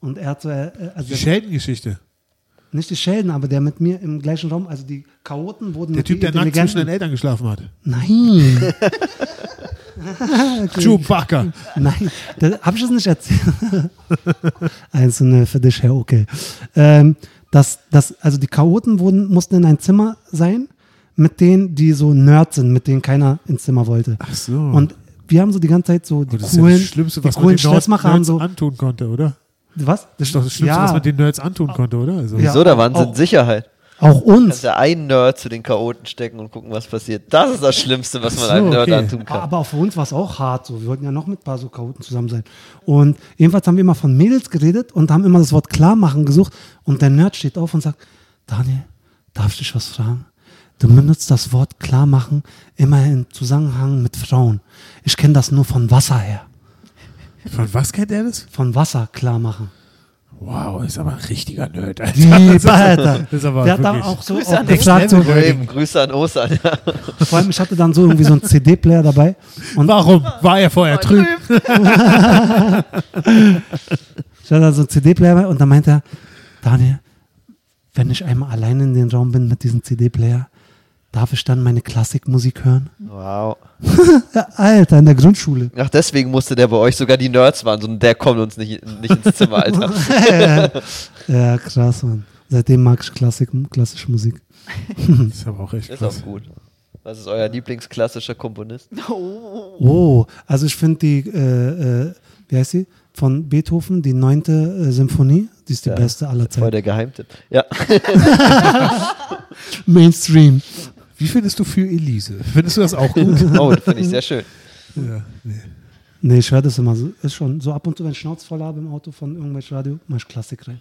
C: und er hat so, äh, äh, also
A: Die Sheldon-Geschichte.
C: nicht die Schäden, aber der mit mir im gleichen Raum, also die Chaoten wurden
A: Der
C: mit
A: Typ,
C: die
A: der nackt zwischen
C: Intelligenten-
A: den Eltern geschlafen hat.
C: Nein.
A: Chewbacca.
C: Nein, das, hab ich das nicht erzählt? Einzelne für dich, Herr okay. Ähm, das, das, also die Chaoten wurden, mussten in ein Zimmer sein, mit denen, die so Nerds sind, mit denen keiner ins Zimmer wollte.
A: Ach so.
C: Und wir haben so die ganze Zeit so die
A: Aber das ist ja
C: coolen,
A: das Schlimmste,
C: die
A: was man
C: coolen
A: den Nerds
C: Stressmacher haben so,
A: antun konnte, oder?
C: was?
A: Das ist doch das Schlimmste,
C: ja,
A: was man den Nerds antun konnte, oder? Also,
C: Ja.
D: Wieso? Da waren sie
C: auch-
D: in Sicherheit.
C: auch uns.
D: Kannst ja einen Nerd zu den Chaoten stecken und gucken, was passiert. Das ist das Schlimmste, was man
A: Ach so,
D: einem Nerd
A: okay.
D: antun kann.
C: Aber auch für uns war es auch hart. So. Wir wollten ja noch mit ein paar so Chaoten zusammen sein. Und jedenfalls haben wir immer von Mädels geredet und haben immer das Wort Klarmachen gesucht. Und der Nerd steht auf und sagt, Daniel, darf ich dich was fragen? Du benutzt das Wort Klarmachen immer im Zusammenhang mit Frauen. Ich kenne das nur von Wasser her.
A: Von was kennt er das?
C: Von Wasser klarmachen.
A: Wow, ist aber ein richtiger Nerd. Alter.
C: Lieb, Alter.
A: Das ist aber
C: der hat da
A: wirklich-
C: auch so
B: Grüße
C: oft
B: an den
C: gefragt. So,
A: Level,
D: Eben, Grüße an Osan. Ja.
C: vor allem, ich hatte dann so irgendwie so einen CD-Player dabei. Und
A: Warum war er vorher trüb?
B: Trüb.
C: Ich hatte also einen CD-Player bei und dann meinte er, Daniel, wenn ich einmal allein in den Raum bin mit diesem CD-Player, darf ich dann meine Klassikmusik hören?
D: Wow.
C: Ja, Alter, in der Grundschule.
D: Ach, deswegen musste der bei euch sogar die Nerds waren, sondern der kommt uns nicht, nicht ins Zimmer, Alter.
C: Ja, krass, Mann. Seitdem mag ich Klassik, klassische Musik.
A: Das ist aber auch echt
D: Ist auch
A: krass.
D: gut. Was ist euer lieblingsklassischer Komponist?
B: Oh.
C: Oh, also ich finde die, äh, äh, wie heißt sie? Von Beethoven, die neunte äh, Symphonie, die ist die
D: Ja,
C: beste aller
D: Voll
C: Zeiten.
D: der Geheimtipp. Ja.
C: Mainstream.
A: Wie findest du für Elise? Findest du das auch gut?
D: Oh, das finde ich sehr schön.
A: ja, nee.
C: Nee, ich höre das immer so. Ist schon so ab und zu, wenn ich Schnauz voll habe im Auto von irgendwelchem Radio, mach ich Klassik rein.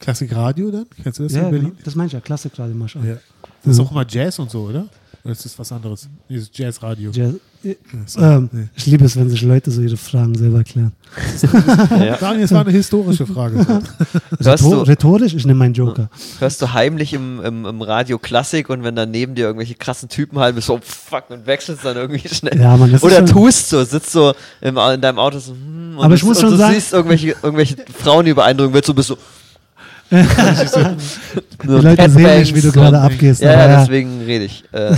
A: Klassikradio dann? Kennst du das
C: Ja,
A: in
C: genau.
A: Berlin?
C: Das meine ich ja, Klassikradio mach ich an.
A: Ja. Das ist auch immer Jazz und so, oder? Oder ist das was anderes? Nee, das ist Jazzradio.
C: Jazz,
A: Ja, so.
C: Ähm,
A: Nee.
C: Ich liebe es, wenn sich Leute so ihre Fragen selber klären.
D: Ja.
A: Daniel, es war eine historische Frage.
D: Hörst
C: Also Rhetor-
D: du,
C: Rhetorisch, ich nehme meinen Joker.
D: hörst du heimlich im, im, im Radio Klassik und wenn dann neben dir irgendwelche krassen Typen halt bist, so oh, fuck, und wechselst dann irgendwie schnell.
C: Ja, Mann, das ist
D: Oder
C: schon-
D: tust so, sitzt so im, Au- in deinem Auto so, hm, und
C: Aber ich
D: du-
C: muss
D: und
C: schon
D: du
C: sagen-
D: siehst irgendwelche, irgendwelche Frauen, die beeindrucken willst, du bist so.
C: Die Leute sehen nicht, wie du gerade abgehst.
D: Ja,
C: aber
D: ja, deswegen rede ich. Äh,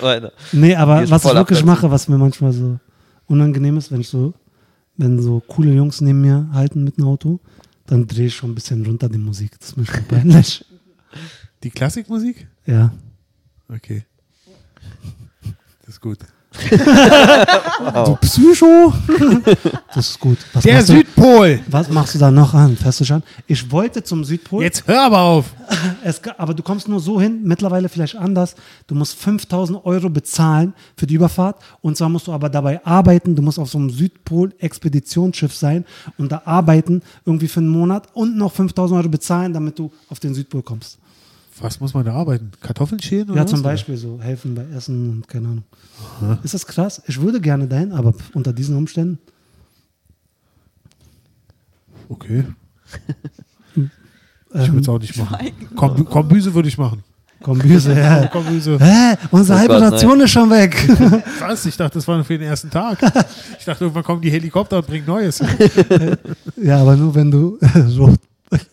D: weiter.
C: Nee,
D: Hier
C: aber
D: ist
C: was ich
D: voll
C: wirklich
D: abwärts.
C: mache, was mir manchmal so unangenehm ist, wenn ich so, wenn so coole Jungs neben mir halten mit einem Auto, dann drehe ich schon ein bisschen runter die Musik. Das ist mir schon peinlich.
A: Die Klassikmusik?
C: Ja.
A: Okay. Das ist gut.
D: Oh.
C: Du Psycho! das ist gut. Was,
A: Der
C: machst du,
A: Südpol!
C: was machst du da noch an? Fährst du schon? Ich wollte zum Südpol.
A: Jetzt hör aber auf!
C: Es, ga- aber du kommst nur so hin, mittlerweile vielleicht anders. Du musst 5000 Euro bezahlen für die Überfahrt. Und zwar musst du aber dabei arbeiten. Du musst auf so einem Südpol-Expeditionsschiff sein und da arbeiten, irgendwie für einen Monat und noch 5000 Euro bezahlen, damit du auf den Südpol kommst.
A: Was muss man da arbeiten? Kartoffeln schälen? oder
C: Ja, zum
A: was?
C: Beispiel so helfen bei Essen und keine Ahnung. Ist das krass? Ich würde gerne dahin, aber unter diesen Umständen.
A: Okay. Ich würde es auch nicht machen. Kombü Kombüse würde ich machen.
C: Kombüse, ja.
A: Kombüse.
C: Hä? Unsere
D: Oh
C: halbe
D: Gott,
C: Nation ist schon weg.
A: Was? Ich dachte, das war nur für den ersten Tag. Ich dachte, irgendwann kommen die Helikopter und bringen Neues.
C: ja, aber nur wenn du, rot,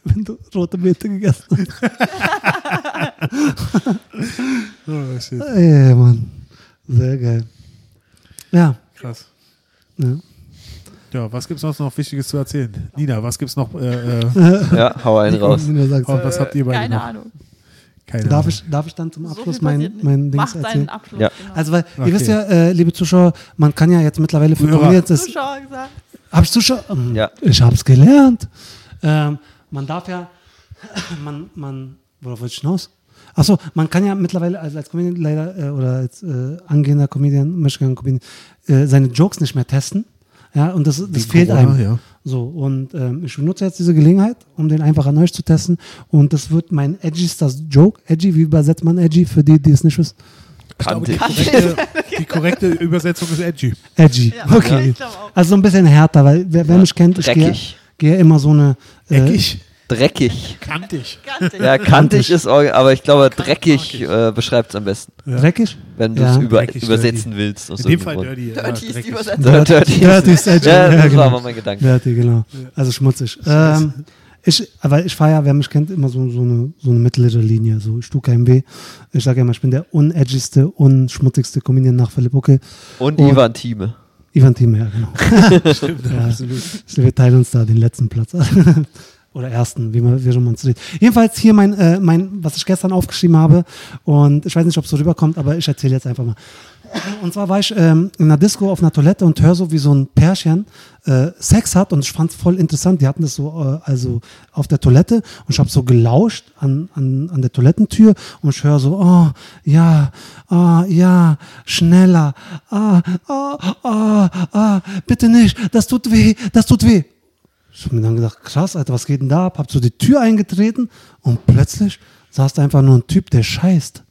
C: wenn du rote Beete gegessen hast.
A: Oh, shit.
C: Ey, Mann. Sehr geil. Ja. ne?
A: Krass.
C: ja.
A: Ja, was gibt's sonst noch Wichtiges zu erzählen? Nina, was gibt's noch? Äh, äh,
D: Ja, hau einen raus.
C: Nina sagt's.
A: oh, was habt ihr beide
B: Keine
A: noch?
B: Ahnung.
A: Keine
C: darf,
A: Ahnung.
C: ich, darf ich dann zum
B: So
C: Abschluss
B: viel passiert
C: mein,
B: nicht.
C: mein Dings
B: Mach deinen
C: erzählen?
B: Abschluss.
D: Ja.
B: Genau.
C: Also, weil,
A: Okay.
C: ihr wisst ja, äh, liebe Zuschauer, man kann ja jetzt mittlerweile für
A: Hörer.
C: Koreans ist.
B: Zuschauer gesagt.
C: Hab ich Zuschauer? Ähm,
D: Ja.
C: Ich hab's gelernt. Ähm, man darf ja, man, man, worauf wollte ich hinaus? Achso, man kann ja mittlerweile also als Comedian leider äh, oder als äh, angehender Comedian, möchte Comedian, äh, seine Jokes nicht mehr testen. Ja, und das, das
A: Wegen
C: fehlt
A: Corona,
C: einem.
A: ja.
C: So, und ähm, ich benutze jetzt diese Gelegenheit, um den einfach an euch zu testen. Und das wird mein edgyster Joke. Edgy, wie übersetzt man edgy für die, die es nicht wissen?
A: Aber die,
D: Kantig.
A: korrekte, die korrekte Übersetzung ist edgy.
C: Edgy.
B: Ja,
C: okay.
B: ich glaub auch.
C: Also so ein bisschen härter, weil wer, wer mich kennt, ich gehe,
D: dreckig.
C: gehe immer so eine. Äh,
A: Eckig.
D: Dreckig.
A: Kantig.
B: Gigantisch.
D: Ja, kantig ist, org- aber ich glaube, dreckig äh, beschreibt es am besten,
C: dreckig?
D: wenn du
C: Ja.
D: es über,
A: Dreckig,
D: übersetzen willst. aus
A: In dem
D: irgendeinem
A: Fall
D: Grund.
A: dirty. ja,
B: Dirty ist
A: dreckig.
B: die Übersetzung.
C: Dirty.
D: Dirty.
C: Dirty ist edgy.
D: Ja,
C: Ja,
D: das war
C: genau.
D: aber mein Gedanke.
C: Dirty, genau. Also schmutzig. Ähm, ich, aber ich fahre ja, wer mich kennt, immer so, so, eine, so eine mittlere Linie. So, ich tue keinem weh. Ich sage ja immer, ich bin der unedgigste, unschmutzigste Comedian nach Philipp Ucke.
D: Und
C: Und-
D: Ivan Thieme.
C: Ivan Thieme, ja, genau.
A: Stimmt,
C: Ja.
A: absolut.
C: Ich- Wir teilen uns da den letzten Platz. Oder ersten, wie man, wie man uns redet. Jedenfalls hier mein, äh, mein, was ich gestern aufgeschrieben habe. Und ich weiß nicht, ob es so rüberkommt, aber ich erzähle jetzt einfach mal. Und zwar war ich ähm, in einer Disco auf einer Toilette und höre so, wie so ein Pärchen äh, Sex hat. Und ich fand es voll interessant. Die hatten das so äh, also auf der Toilette. Und ich habe so gelauscht an, an, an der Toilettentür. Und ich höre so, oh, ja, ah, ja, schneller. Ah, ah, ah, ah, bitte nicht. Das tut weh, das tut weh. Ich habe mir dann gedacht, krass, Alter, was geht denn da ab? Hab so die Tür eingetreten und plötzlich saß da einfach nur ein Typ, der scheißt.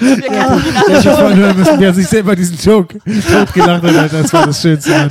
B: Wir kennen ihn alle.
A: Ich hab vorhin hören müssen, der sich selber diesen Joke totgelacht hat. Alter. Das war das Schönste. Mann.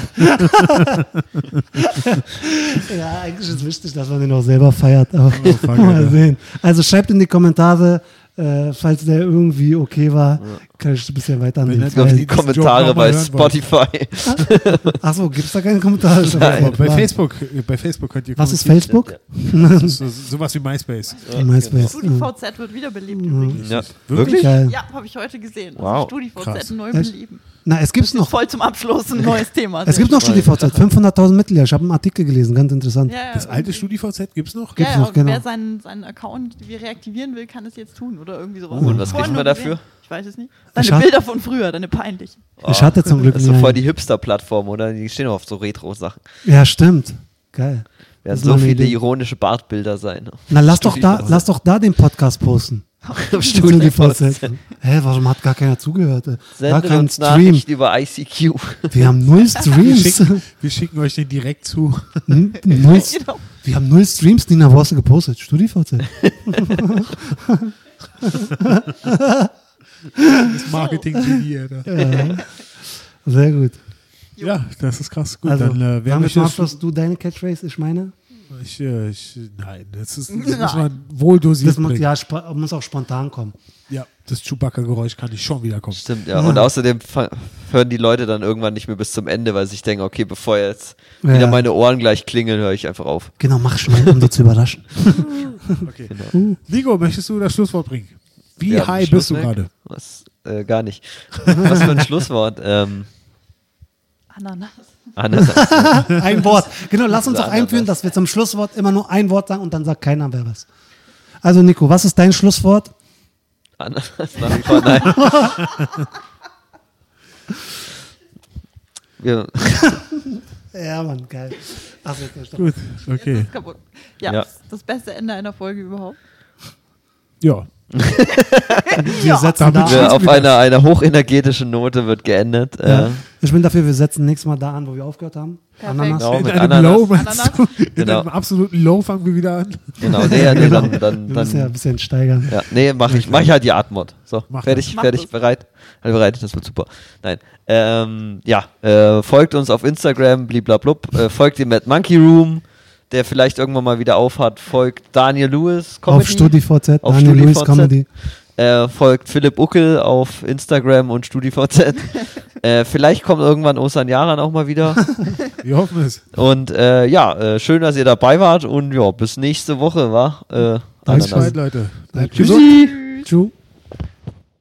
C: Ja, eigentlich ist wichtig, dass man den auch selber feiert. Aber
A: Oh, fuck,
C: mal
A: Alter.
C: sehen. Also schreibt in die Kommentare, äh, falls der irgendwie okay war, kann ich ein bisschen weiter an
A: Wenn
C: den
A: er-
D: Auf
A: Weil
D: die
A: diesen Joke
D: Kommentare
A: noch mal
D: bei
A: hören wollen.
D: Spotify.
C: Achso, gibt es da keine Kommentare? Ich hab
A: Bei,
C: keine Ahnung.
A: Facebook, bei Facebook könnt ihr
C: Was ist
A: kommentieren.
C: Facebook?
A: Das ist so- Sowas wie MySpace.
C: MySpace. Ja.
B: StudiVZ wird wiederbelebt
C: Mhm.
B: übrigens.
D: Ja.
A: Wirklich?
C: Geil.
B: Ja, habe ich heute gesehen.
D: Wow.
B: StudiVZ
A: Krass.
B: neu
C: Echt?
B: beleben.
C: Na, es gibt's noch.
B: Voll zum Abschluss ein neues Thema.
C: Es gibt noch StudiVZ, 500.000 Mitglieder. Ich habe einen Artikel gelesen, ganz interessant.
B: ja, ja,
A: Das alte StudiVZ gibt's noch?
B: ja,
C: gibt's
B: ja,
C: noch,
B: und
C: genau.
B: Wer seinen, seinen Account wie reaktivieren will, kann es jetzt tun oder irgendwie sowas.
D: Uh, und was
B: Vorhin
D: kriegen wir
B: nur gesehen.
D: dafür?
B: Ich weiß es nicht.
C: Ich
B: Deine
C: hab-
B: Bilder von früher, deine peinlichen.
C: Ich hatte zum Glück
D: Das ist so
C: nie
D: voll
C: einen.
D: Also die Hipster-Plattform, oder? Die stehen auch auf so Retro-Sachen.
C: Ja, stimmt. Geil.
D: Da
C: Das
D: werden
C: ist
D: so
C: meine
D: viele
C: Idee.
D: ironische Bartbilder sein.
C: Na, lass doch,
D: Studio-
C: da, lass doch da den Podcast posten.
D: Studio-
C: StudiVZ. Hä, warum hat gar keiner zugehört? ey? Gar
D: Sendet
C: keinen
D: uns
C: Stream.
D: Nachrichten über ICQ.
C: Wir haben null
A: Wir
C: Streams.
A: schicken, wir schicken euch den direkt zu.
C: N- null,
B: Genau.
C: wir haben null Streams, Nina, wo hast du gepostet? StudiVZ.
A: Das Marketing-Genie, Alter.
C: Ja. Sehr gut.
A: Ja, das ist krass. Gut,
C: also,
A: dann äh,
C: wir haben
A: werden
C: jetzt mal
A: wir
C: Abschluss, du deine Catchphrase, ich meine.
A: Ich, äh, ich, nein, das, ist, das
B: Nein.
A: muss man wohl dosiert
C: Das muss,
A: bringen.
C: ja, spa- muss auch spontan kommen.
A: Ja, das Chewbacca-Geräusch kann ich schon wieder kommen.
D: Stimmt, ja. Und außerdem fa- hören die Leute dann irgendwann nicht mehr bis zum Ende, weil sie sich denken, okay, bevor jetzt
C: Ja.
D: wieder meine Ohren gleich klingeln, höre ich einfach auf.
C: Genau, mach schnell, um die zu überraschen.
A: Okay. Nico, möchtest du das Schlusswort bringen? Wie
D: Wir haben
A: high
D: einen
A: bist du
D: Schlussweg?
A: gerade?
D: Was? Äh, gar nicht. Was für ein Schlusswort. Ähm,
B: Ananas.
D: Ananas.
C: Ein Wort. Genau, lass uns
D: Sag
C: doch
D: mir
C: einführen,
D: was.
C: dass wir zum Schlusswort immer nur ein Wort sagen und dann sagt keiner mehr was. Also, Nico, was ist dein Schlusswort?
D: Ananas nach wie vor, nein. ja.
C: Ja, Mann, geil. Also, Ach, jetzt hab ich doch-
A: Gut,
B: Jetzt
A: okay.
B: ist kaputt. Ja,
D: Ja.
B: Das, das beste Ende einer Folge überhaupt.
A: Ja,
C: wir setzen
A: Damit
C: da.
A: wir-
D: auf einer, einer hochenergetischen Note wird geendet.
C: Ja.
D: Äh,
C: Ich bin dafür, wir setzen nächstes Mal da an, wo wir aufgehört haben.
B: Perfekt.
D: Genau,
A: in
D: mit
A: einem
D: Ananas.
A: Low, meinst du? In
D: Genau.
A: einem absoluten Low fangen wir wieder an.
D: Genau, nee, ja, nee, dann, dann,
C: Wir müssen ja ein
D: dann
C: bisschen steigern.
D: ja, nee, mach ich, mach ich halt die Atmod. So,
A: Mach
D: fertig,
B: das. Mach
D: fertig,
B: das.
D: bereit. Halt bereit, das wird super. Nein. Ähm, ja, äh, folgt uns auf Instagram, bliblablub. Äh, folgt dem Mad Monkey Room, der vielleicht irgendwann mal wieder aufhat. Folgt Daniel Lewis, Comedy.
C: Auf StudiVZ,
D: Auf
C: Daniel Lewis
D: StudiVZ.
C: Comedy.
D: Äh, folgt Philipp Uckel auf Instagram und StudiVZ. äh, vielleicht kommt irgendwann Osan Yaran auch mal wieder.
A: Wir hoffen es.
D: Und äh, ja, äh, schön, dass ihr dabei wart und ja, bis nächste Woche, wa? Äh,
A: Bis
D: Ananas.
A: bald, Leute. Bleibt
C: Tschüssi.
A: gesund.
C: Tschüss.